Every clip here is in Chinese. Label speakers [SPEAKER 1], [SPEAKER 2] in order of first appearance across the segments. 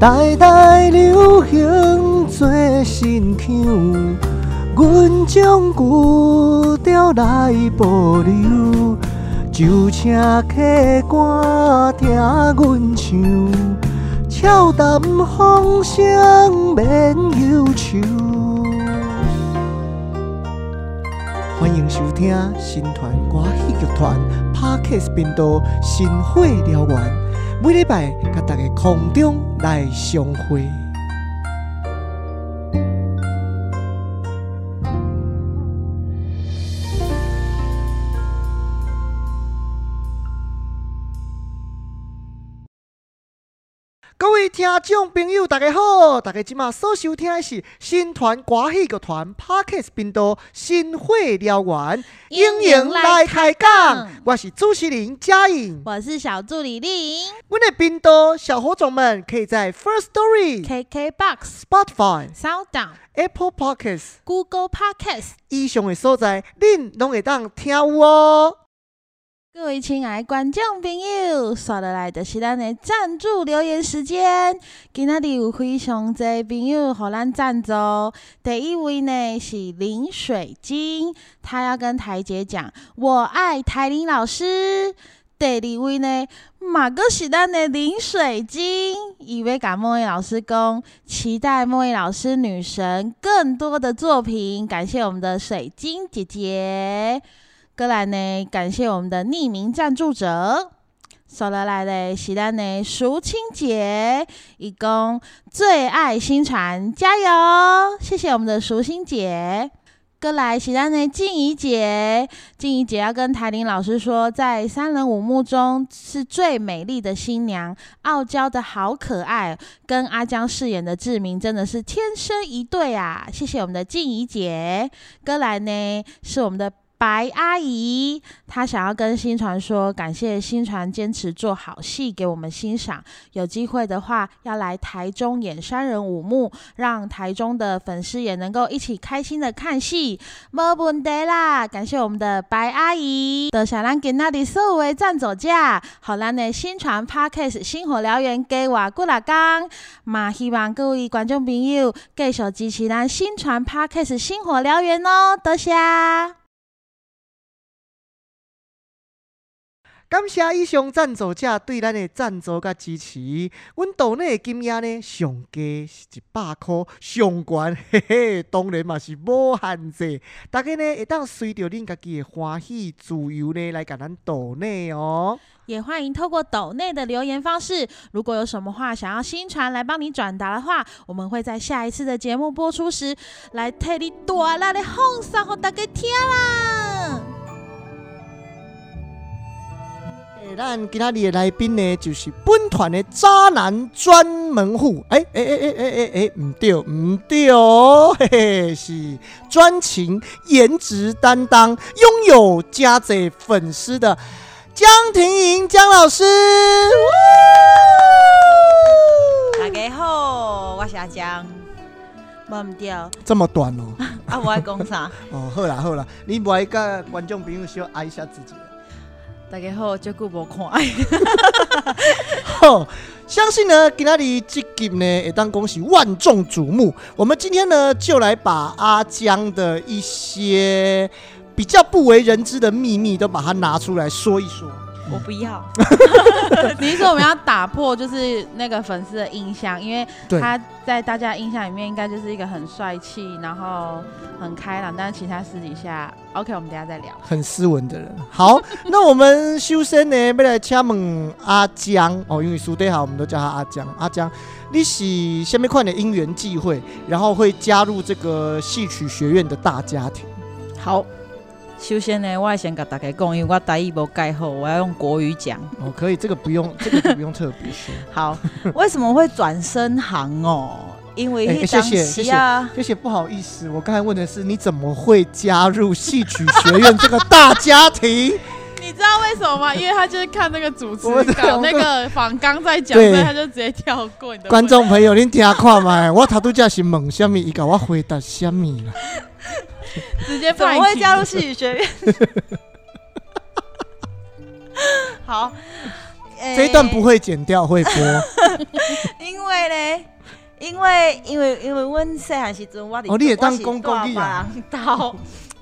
[SPEAKER 1] 代代流行做新腔，阮将旧调来保留，就请客官听阮唱，俏谈风声免忧愁。欢迎收听新团歌戏剧团 Parkes 频道《新火燎原》。每礼拜甲大家空中来相会。各位听众朋友，大家好！大家即马所收听的是新团歌戏剧团 Parkes 频道《新火燎原》，
[SPEAKER 2] 欢迎来开讲
[SPEAKER 1] 我是主持人嘉颖。
[SPEAKER 2] 我是小助理丽颖
[SPEAKER 1] 我们的频道小火种们可以在 First Story、
[SPEAKER 2] ，KKBOX、
[SPEAKER 1] Spotify、
[SPEAKER 2] Sound On、
[SPEAKER 1] Apple Podcasts
[SPEAKER 2] Google Podcast。
[SPEAKER 1] 以上的所在，恁拢会当听有哦。
[SPEAKER 2] 各位亲爱的观众朋友，续落来就是咱的赞助留言时间。今仔日有非常侪朋友互咱赞助，第一位呢是林水晶，他要跟台姐讲我爱台林老师。第二位呢，嘛个是咱的林水晶，伊要甲莫伊老师讲，期待莫伊老师女神更多的作品。感谢我们的水晶姐姐。过来呢，感谢我们的匿名赞助者。所来来的是咱的淑清姐，一共最爱新传，加油！谢谢我们的淑清姐。过来是咱的静怡姐，静怡姐要跟台林老师说，在三人五幕中是最美丽的新娘，傲娇的好可爱，跟阿江饰演的志明真的是天生一对啊！谢谢我们的静怡姐。过来呢是我们的白阿姨，她想要跟新传说，感谢新传坚持做好戏给我们欣赏，有机会的话要来台中演三人五幕，让台中的粉丝也能够一起开心的看戏，没问题啦！感谢我们的白阿姨，多谢咱今仔日所有的赞助者，好咱的新传 Parkes 星火燎原给我几来工，嘛希望各位观众朋友继续支持咱新传 Parkes 星火燎原哦，多谢。
[SPEAKER 1] 感谢以上赞助者对咱的赞助甲支持，阮岛内的金额呢上低是一百箍，上悬嘿嘿，当然嘛是无限制。大家呢会当随着恁家己的欢喜自由呢来甲咱岛内哦。
[SPEAKER 2] 也欢迎透过抖内的留言方式，如果有什么话想要新传来帮你转达的话，我们会在下一次的节目播出时来替你大力的放送给大家听啦。
[SPEAKER 1] 诶哎咱今仔日的来宾呢，就是本团的渣男专门户。哎诶诶诶诶诶诶诶，哎唔对唔对哦， 嘿嘿，是专情颜值担当，拥有加贼粉丝的江婷莹江老师。
[SPEAKER 3] 大家好，我是阿江。
[SPEAKER 2] 忘不掉，
[SPEAKER 1] 这么短哦，
[SPEAKER 3] 啊，我爱讲啥？
[SPEAKER 1] 哦，好啦好啦，你不爱跟观众朋友小爱一下自己。
[SPEAKER 3] 大家好，这久无看，
[SPEAKER 1] 吼，相信呢，今仔日这集呢，也当恭喜万众瞩目。我们今天呢，就来把阿江的一些比较不为人知的秘密，都把它拿出来说一说。
[SPEAKER 3] 我不要。
[SPEAKER 2] 你是说我们要打破就是那个粉丝的印象，因为
[SPEAKER 1] 对
[SPEAKER 2] 他在大家印象里面应该就是一个很帅气，然后很开朗，但是其他私底下，OK，我们等一下再聊。
[SPEAKER 1] 很斯文的人。好， 那我们修身呢，要来请问阿江哦，因为书底下我们都叫他阿江。阿江，你是下面款的因缘际会，然后会加入这个戏曲学院的大家庭。
[SPEAKER 3] 好，首先呢，我先甲大家讲，因为我台语无改好，我要用国语讲。
[SPEAKER 1] 哦，可以，这个不用，这个就不用特别说。
[SPEAKER 3] 好， 为什么会转身行哦？因为
[SPEAKER 1] 哎
[SPEAKER 3] 迄
[SPEAKER 1] 谢
[SPEAKER 3] 当
[SPEAKER 1] 谢
[SPEAKER 3] 时啊，
[SPEAKER 1] 谢谢，不好意思，我刚才问的是你怎么会加入戏曲学院这个大家庭？
[SPEAKER 4] 你知道为什么 吗？因为他就是看那个主持
[SPEAKER 1] 我们在
[SPEAKER 4] 稿，那个仿刚在讲，所
[SPEAKER 1] 对
[SPEAKER 4] 以他就直接跳过你的
[SPEAKER 1] 观众朋友，您听看麦，我头拄则是问什么，伊甲我回答什么啦？
[SPEAKER 2] 直接
[SPEAKER 3] 怎
[SPEAKER 2] 派
[SPEAKER 3] 么会
[SPEAKER 2] 题
[SPEAKER 3] 加入戏剧学 院？好，诶
[SPEAKER 1] 这一段不会剪掉，会播。
[SPEAKER 3] 因为咧，因为因为因为阮细汉时阵，我伫
[SPEAKER 1] 哦你也当
[SPEAKER 3] 我是
[SPEAKER 1] 公公去啊
[SPEAKER 3] 住别人家，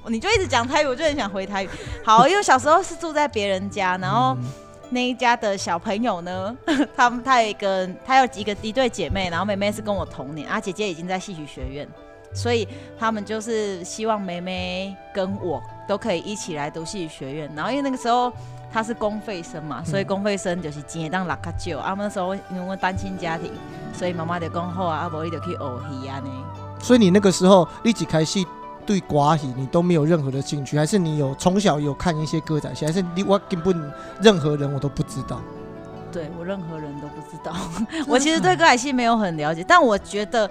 [SPEAKER 3] 你就一直讲台语，我就很想回台语。好，因为小时候是住在别人家，然后
[SPEAKER 1] 嗯
[SPEAKER 3] 那一家的小朋友呢， 他们他有一个他有几个一对姐妹，然后妹妹是跟我同年，啊姐姐已经在戏曲学院，所以他们就是希望妹妹跟我都可以一起来读戏剧学院。然后因为那个时候她是公费生嘛，所以公费生就是钱会当六较少。啊，我们那时候因为我单亲家庭，所以妈妈就讲好啊，啊无你就去学戏啊呢。
[SPEAKER 1] 所以你那个时候一起开戏对歌戏你都没有任何的兴趣，还是你有从小有看一些歌仔戏，还是你我根本任何人我都不知道？
[SPEAKER 3] 对我任何人都不知道， 我其实对歌仔戏没有很了解，但我觉得。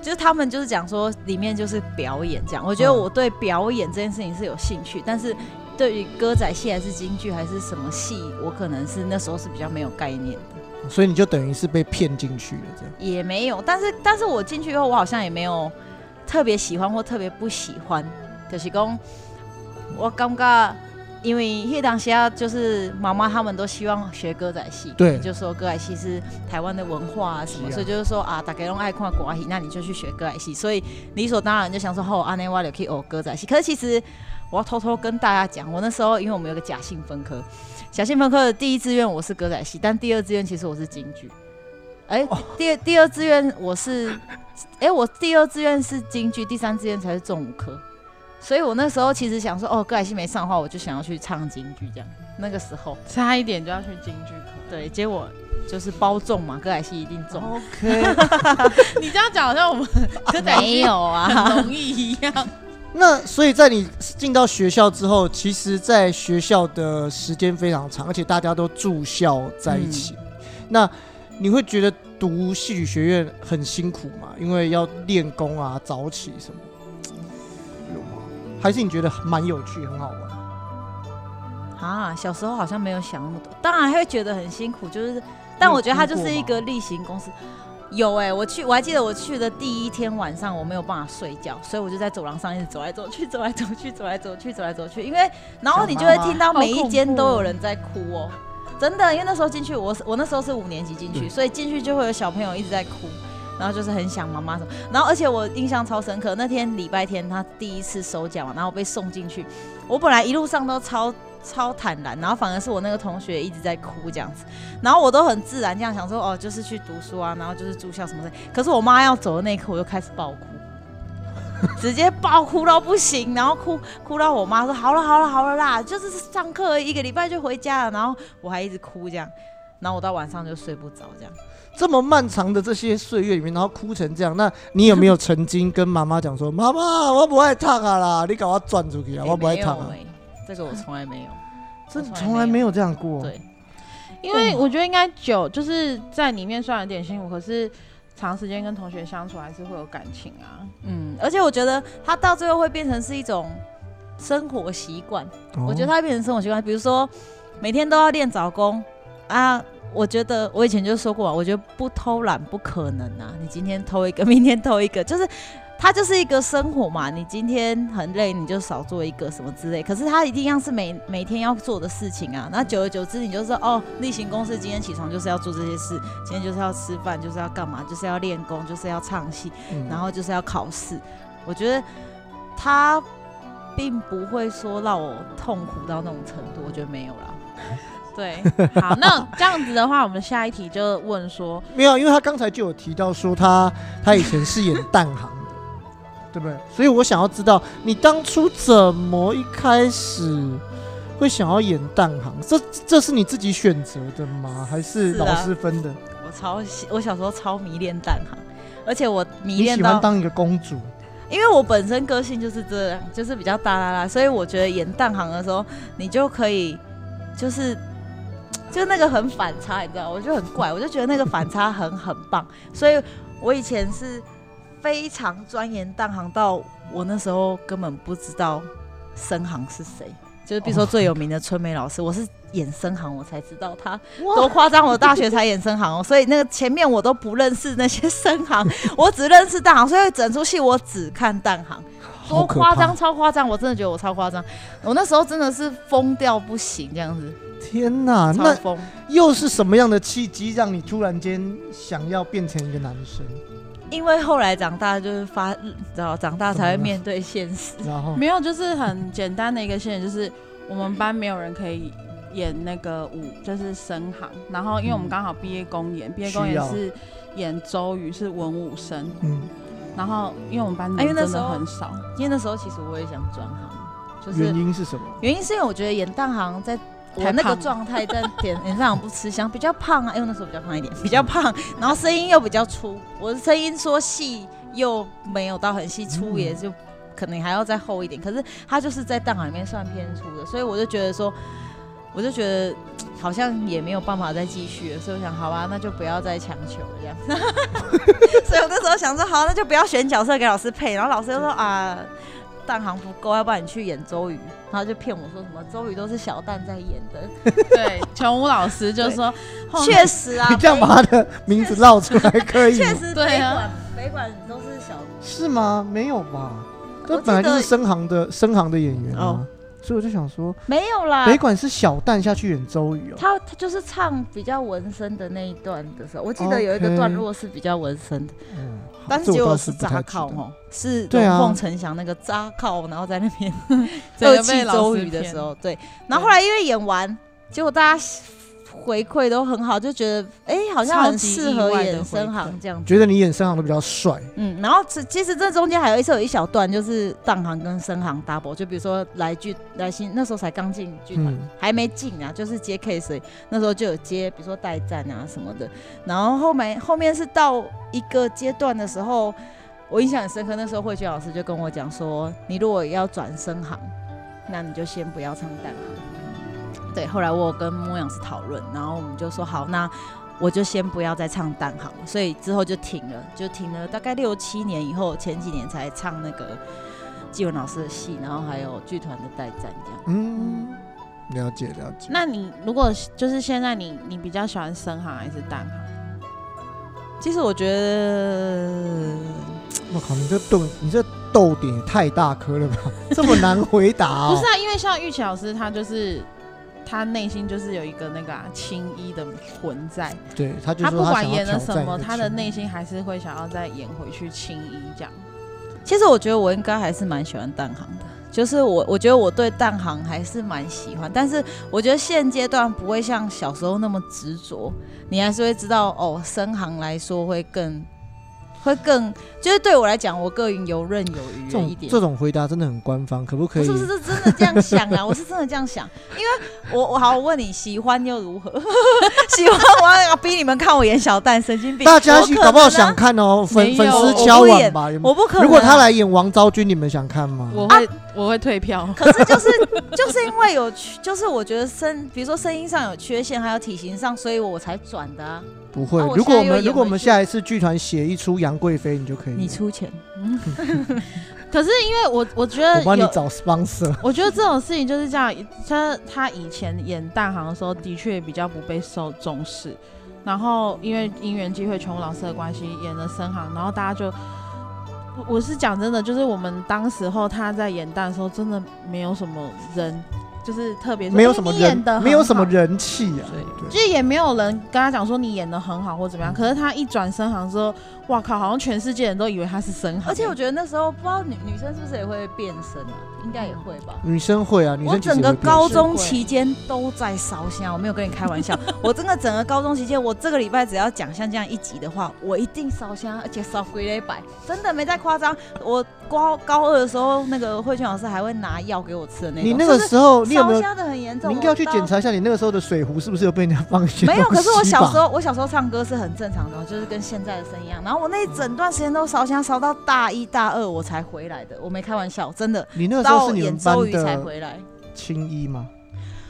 [SPEAKER 3] 就是他们就是讲说里面就是表演这样，我觉得
[SPEAKER 1] 嗯
[SPEAKER 3] 我对表演这件事情是有兴趣，但是对于歌仔戏还是京剧还是什么戏，我可能是那时候是比较没有概念的。
[SPEAKER 1] 所以你就等于是被骗进去了，这样。
[SPEAKER 3] 也没有，但是但是我进去以后，我好像也没有特别喜欢或特别不喜欢，就是讲我感觉，因为迄当时啊，就是妈妈他们都希望学歌仔戏，
[SPEAKER 1] 对
[SPEAKER 3] 就说歌仔戏是台湾的文化啊什么，
[SPEAKER 1] 是啊
[SPEAKER 3] 所以就是说啊，大家都爱看歌仔戏，那你就去学歌仔戏，所以理所当然就想说，吼、哦，安内我就去学歌仔戏。可是其实我要偷偷跟大家讲，我那时候因为我们有个假性分科，假性分科的第一志愿我是歌仔戏，但第二志愿其实我是京剧。哎、
[SPEAKER 1] 哦
[SPEAKER 3] 第第二志愿我是，哎、我第二志愿是京剧，第三志愿才是重舞科。所以我那时候其实想说，哦，歌仔戏没上的话，我就想要去唱京剧这样。那个时候，
[SPEAKER 2] 差一点就要去京剧课。
[SPEAKER 3] 对，结果就是包中嘛，歌仔戏一定中，
[SPEAKER 1] OK，
[SPEAKER 2] 你这样讲好 像我们 歌仔
[SPEAKER 3] 没
[SPEAKER 2] 戏
[SPEAKER 3] 有啊，
[SPEAKER 2] 很容易一样。
[SPEAKER 1] 那所以在你进到学校之后，其实，在学校的时间非常长，而且大家都住校在一起。
[SPEAKER 3] 嗯
[SPEAKER 1] 那你会觉得读戏剧学院很辛苦吗？因为要练功啊，早起什么？有吗？还是你觉得蛮有趣，很好玩？
[SPEAKER 3] 啊，小时候好像没有想那么多，当然还会觉得很辛苦，就是，但我觉得它就是一个例行公事。有哎、我去，我还记得我去的第一天晚上，我没有办法睡觉，所以我就在走廊上一直走来走去，走来走去，走来走去，走来走去，因为然后你就会听到每一间都有人在哭哦、真的，因为那时候进去，我是我那时候是五年级进去，
[SPEAKER 1] 嗯
[SPEAKER 3] 所以进去就会有小朋友一直在哭，然后就是很想妈妈什么，然后而且我印象超深刻，那天礼拜天他第一次收假嘛，然后被送进去，我本来一路上都超超坦然，然后反而是我那个同学一直在哭这样子，然后我都很自然这样想说，哦，就是去读书啊，然后就是住校什么的。可是我妈要走的那一刻，我就开始爆哭， 直接爆哭到不行，然后哭哭到我妈说，好了好了好了啦，就是上课而已一个礼拜就回家了，然后我还一直哭这样，然后我到晚上就睡不着这样。
[SPEAKER 1] 这么漫长的这些岁月里面，然后哭成这样，那你有没有曾经跟妈妈讲说：“妈妈，我不爱烫啊啦，你给我转出去啊，
[SPEAKER 3] 欸
[SPEAKER 1] 我不爱
[SPEAKER 3] 没有
[SPEAKER 1] 烫啊哦
[SPEAKER 3] 欸这个我从来没有。？”哎
[SPEAKER 1] 真的
[SPEAKER 3] 我
[SPEAKER 1] 从来没有这样过。
[SPEAKER 3] 对，
[SPEAKER 2] 因为我觉得应该久就是在里面虽然有点辛苦，可是长时间跟同学相处还是会有感情啊。
[SPEAKER 3] 嗯，而且我觉得它到最后会变成是一种生活习惯。
[SPEAKER 1] 哦
[SPEAKER 3] 我觉得它会变成生活习惯，比如说每天都要练早功啊。我觉得我以前就说过啊，我觉得不偷懒不可能啊！你今天偷一个， 明天偷一个，就是它就是一个生活嘛。你今天很累，你就少做一个什么之类。可是它一定要是每每天要做的事情啊。那久而久之，你就说哦，例行公事，今天起床就是要做这些事，今天就是要吃饭，就是要干嘛，就是要练功，就是要唱戏，
[SPEAKER 1] 嗯
[SPEAKER 3] 然后就是要考试。我觉得他并不会说让我痛苦到那种程度，我觉得没有啦。
[SPEAKER 2] 对， 好，那这样子的话，我们下一题就问说，
[SPEAKER 1] 没有，因为他刚才就有提到说他他以前是演蛋行的，对不对？所以我想要知道你当初怎么一开始会想要演蛋行？这这是你自己选择的吗？还是
[SPEAKER 3] 是啊
[SPEAKER 1] 老师分的？
[SPEAKER 3] 我超喜，我小时候超迷恋蛋行，而且我迷
[SPEAKER 1] 你
[SPEAKER 3] 恋
[SPEAKER 1] 喜欢
[SPEAKER 3] 到，
[SPEAKER 1] 当一个公主？
[SPEAKER 3] 因为我本身个性就是这样，就是比较大啦啦，所以我觉得演蛋行的时候，你就可以就是。就那个很反差，你知道，我就很怪，我就觉得那个反差很很棒，所以我以前是非常钻研蛋行，到我那时候根本不知道深行是谁，就是比如说最有名的春梅老师，我是衍生行我才知道她多
[SPEAKER 1] 哇，
[SPEAKER 3] 夸张，我大学才衍生行哦，所以那个前面我都不认识那些生行，我只认识蛋行，所以整出戏我只看蛋行，多
[SPEAKER 1] 好可
[SPEAKER 3] 夸张，
[SPEAKER 1] 怕！
[SPEAKER 3] 超夸张，我真的觉得我超夸张，我那时候真的是疯掉不行这样子，
[SPEAKER 1] 天哪，
[SPEAKER 3] 超
[SPEAKER 1] 那
[SPEAKER 3] 疯。
[SPEAKER 1] 又是什么样的契机让你突然间想要变成一个男生？
[SPEAKER 3] 因为后来长大就是发，你知道长大才会面对现实。
[SPEAKER 1] 然后
[SPEAKER 2] 没有，就是很简单的一个线，就是我们班没有人可以演那个舞，就是声行。然后因为我们刚好毕业公演，毕业公
[SPEAKER 1] 嗯需
[SPEAKER 2] 演
[SPEAKER 1] 要
[SPEAKER 2] 是演周瑜，是文武生。
[SPEAKER 1] 嗯，
[SPEAKER 2] 然后因为我们班
[SPEAKER 3] 哎因
[SPEAKER 2] 人
[SPEAKER 3] 为那
[SPEAKER 2] 真
[SPEAKER 3] 时
[SPEAKER 2] 的
[SPEAKER 3] 候
[SPEAKER 2] 很 少，
[SPEAKER 3] 因为那时候其实我也想转行，就是
[SPEAKER 1] 原因是什么？
[SPEAKER 3] 原因是因为我觉得演蛋行在我那个状态，但点演蛋行不吃香，比较胖啊，因为那时候比较胖一点，比 较胖，然后声音又比较粗，我的声音说细又没有到很细，粗
[SPEAKER 1] 嗯
[SPEAKER 3] 也就可能还要再厚一点，可是它就是在蛋行里面算偏粗的，所以我就觉得说。我就觉得好像也没有办法再继续了，所以我想，好吧，那就不要再强求了这样。 所以我那时候想说，好，那就不要选角色给老师配。然后老师就说啊，蛋行不够，要不然你去演周瑜。然后就骗我说什么周瑜都是小蛋在演的，
[SPEAKER 2] 对，琼武老师就说，后
[SPEAKER 3] 确实啊，
[SPEAKER 1] 你这样把
[SPEAKER 3] 北
[SPEAKER 1] 他的名字绕出来可以吗？
[SPEAKER 3] 确实
[SPEAKER 2] 对
[SPEAKER 3] 北
[SPEAKER 2] 啊
[SPEAKER 3] 管北管都是小
[SPEAKER 1] 是吗？没有吧？
[SPEAKER 3] 我
[SPEAKER 1] 这
[SPEAKER 3] 记
[SPEAKER 1] 本来就
[SPEAKER 3] 得
[SPEAKER 1] 是深行的深行的演员啊
[SPEAKER 3] 哦，
[SPEAKER 1] 所以我就想说，
[SPEAKER 3] 没有啦
[SPEAKER 1] 北。管是小蛋下去演周瑜哦。
[SPEAKER 3] 他他就是唱比较文声的那一段的时候，我记得有一个
[SPEAKER 1] OK
[SPEAKER 3] 段落是比较文声的，
[SPEAKER 1] 嗯，好
[SPEAKER 3] 但
[SPEAKER 1] 这
[SPEAKER 3] 结
[SPEAKER 1] 我
[SPEAKER 3] 果
[SPEAKER 1] 倒
[SPEAKER 3] 是
[SPEAKER 1] 不太
[SPEAKER 3] 扎
[SPEAKER 1] 知道
[SPEAKER 3] 靠哦，是
[SPEAKER 1] 对啊
[SPEAKER 3] 龙凤呈祥那个扎靠，然后在那边
[SPEAKER 2] 整
[SPEAKER 3] 热
[SPEAKER 2] 个
[SPEAKER 3] 气
[SPEAKER 2] 被
[SPEAKER 3] 周
[SPEAKER 2] 老
[SPEAKER 3] 瑜
[SPEAKER 2] 师
[SPEAKER 3] 的时
[SPEAKER 2] 骗。
[SPEAKER 3] 候，对。然后后来因为演完，结果大家回馈都很好，就觉得哎、好像很适合演生行这样子。
[SPEAKER 1] 觉得你演深行的比较帅，
[SPEAKER 3] 嗯，然后其其实这中间还有一次有一小段就是档行跟生行 double，就比如说来剧来新那时候才刚进剧团，
[SPEAKER 1] 嗯，
[SPEAKER 3] 还没进啊，就是接 case，而已那时候就有接，比如说代战啊什么的。然后后面后面是到一个阶段的时候，我印象很深刻，那时候慧娟老师就跟我讲说，你如果要转生行，那你就先不要唱蛋行。对，后来我有跟莫阳师讨论，然后我们就说好，那我就先不要再唱蛋行了，所以之后就停了，就停了大概六七年以后，前几年才唱那个纪文老师的戏，然后还有剧团的代战这样。
[SPEAKER 1] 嗯，了解了解。
[SPEAKER 2] 那你如果就是现在你你比较喜欢声行还是蛋行？
[SPEAKER 3] 其实我觉得，
[SPEAKER 1] 我靠，你这逗你这逗点也太大颗 了吧？这么难回答哦
[SPEAKER 2] 不是啊，因为像玉琪老师他就是。他内心就是有一个那个啊青衣的魂在，
[SPEAKER 1] 对，他就
[SPEAKER 2] 他
[SPEAKER 1] 说
[SPEAKER 2] 不
[SPEAKER 1] 想
[SPEAKER 2] 管
[SPEAKER 1] 要
[SPEAKER 2] 演了
[SPEAKER 1] 挑
[SPEAKER 2] 什
[SPEAKER 1] 战
[SPEAKER 2] 么，
[SPEAKER 1] 一个
[SPEAKER 2] 他的
[SPEAKER 1] 情
[SPEAKER 2] 内心还是会想要再演回去青衣这样。
[SPEAKER 3] 其实我觉得我应该还是蛮喜欢蛋行的。就是我，我觉得我对蛋行还是蛮喜欢，但是我觉得现阶段不会像小时候那么执着，你还是会知道哦，深行来说会更，会更，就是对我来讲，我个人游刃有余
[SPEAKER 1] 这
[SPEAKER 3] 了一
[SPEAKER 1] 种
[SPEAKER 3] 点。
[SPEAKER 1] 这种回答真的很官方，可不可
[SPEAKER 3] 我
[SPEAKER 1] 以？
[SPEAKER 3] 是不是是真的这样想啊？我是真的这样想，因为我我好，我问你，喜欢又如何？ 喜欢我要逼你们看我演小蛋，神经病！
[SPEAKER 1] 大家
[SPEAKER 3] 我
[SPEAKER 1] 去
[SPEAKER 3] 可
[SPEAKER 1] 搞不好
[SPEAKER 3] 能啊
[SPEAKER 1] 想看哦，粉
[SPEAKER 2] 没
[SPEAKER 1] 粉
[SPEAKER 2] 有
[SPEAKER 1] 丝
[SPEAKER 2] 我
[SPEAKER 3] 不
[SPEAKER 1] 敲
[SPEAKER 3] 会
[SPEAKER 1] 碗
[SPEAKER 3] 演
[SPEAKER 1] 吧。有没有
[SPEAKER 3] 我不可能。啊
[SPEAKER 1] 如果他来演王昭君，你们想看吗？
[SPEAKER 2] 我会、 我会退
[SPEAKER 1] 啊
[SPEAKER 2] 票，
[SPEAKER 3] 可是就是 就是因为有，就是我觉得声，比如说声音上有缺陷，还有体型上，所以我才转的啊。
[SPEAKER 1] 不会
[SPEAKER 3] 啊。我
[SPEAKER 1] 如果
[SPEAKER 3] 现在
[SPEAKER 1] 我
[SPEAKER 3] 又
[SPEAKER 1] 们
[SPEAKER 3] 演
[SPEAKER 1] 如果我们
[SPEAKER 3] 回去
[SPEAKER 1] 下一次剧团写一出杨贵妃，你就可以演。
[SPEAKER 3] 出钱，
[SPEAKER 2] 可是因为我我觉
[SPEAKER 1] 我
[SPEAKER 2] 得
[SPEAKER 1] 帮你
[SPEAKER 2] 有，
[SPEAKER 1] 找 sponsor。
[SPEAKER 2] 我觉得这种事情就是这样。他他以前演大行的时候，的确比较不被受重视，然后因为因缘机会，琼老师的关系演了深行，然后大家就。我我是讲真的，就是我们当时候他在演蛋的时候，真的没有什么人，就是特别说
[SPEAKER 1] 没有
[SPEAKER 2] 哎
[SPEAKER 1] 什么
[SPEAKER 2] 你
[SPEAKER 1] 人
[SPEAKER 2] 演得，很
[SPEAKER 1] 没有什么
[SPEAKER 2] 好
[SPEAKER 1] 人气啊。
[SPEAKER 2] 就
[SPEAKER 1] 对，
[SPEAKER 2] 是也没有人跟他讲说你演的很好或怎么样，可是他一转身行之后，哇靠，好像全世界人都以为他是深行。
[SPEAKER 3] 而且我觉得那时候不知道女女生是不是也会变声啊，应该也会吧。
[SPEAKER 1] 女生会嗯啊，女
[SPEAKER 3] 我
[SPEAKER 1] 生其实
[SPEAKER 3] 整个
[SPEAKER 1] 也会
[SPEAKER 3] 高中
[SPEAKER 2] 会
[SPEAKER 3] 期间都在烧香，我没有跟你开 玩笑。我真的整个高中期间，我这个礼拜只要讲像这样一集的话，我一定烧香，而且烧归类百，真的没在夸张。我高高二的时候，那个慧娟老师还会拿药给我吃的那
[SPEAKER 1] 变你
[SPEAKER 3] 种。
[SPEAKER 1] 那个
[SPEAKER 3] 就是
[SPEAKER 1] 时候你有没
[SPEAKER 3] 烧
[SPEAKER 1] 有？
[SPEAKER 3] 香的很严重，
[SPEAKER 1] 你应该要去
[SPEAKER 3] 我到
[SPEAKER 1] 检查一下你那个时候的水壶是不是有被人家放一些
[SPEAKER 3] 没有，可是我小时
[SPEAKER 1] 候
[SPEAKER 3] 候，我小时候唱歌是很正常的，就是跟现在的声音一样。然后我那一整段时间都烧香，烧到大一大二我才回来的，我没开玩笑，真的。
[SPEAKER 1] 你那个时候
[SPEAKER 3] 到
[SPEAKER 1] 是你
[SPEAKER 3] 演
[SPEAKER 1] 们
[SPEAKER 3] 周
[SPEAKER 1] 班
[SPEAKER 3] 瑜才
[SPEAKER 1] 的
[SPEAKER 3] 回来，
[SPEAKER 1] 青衣吗？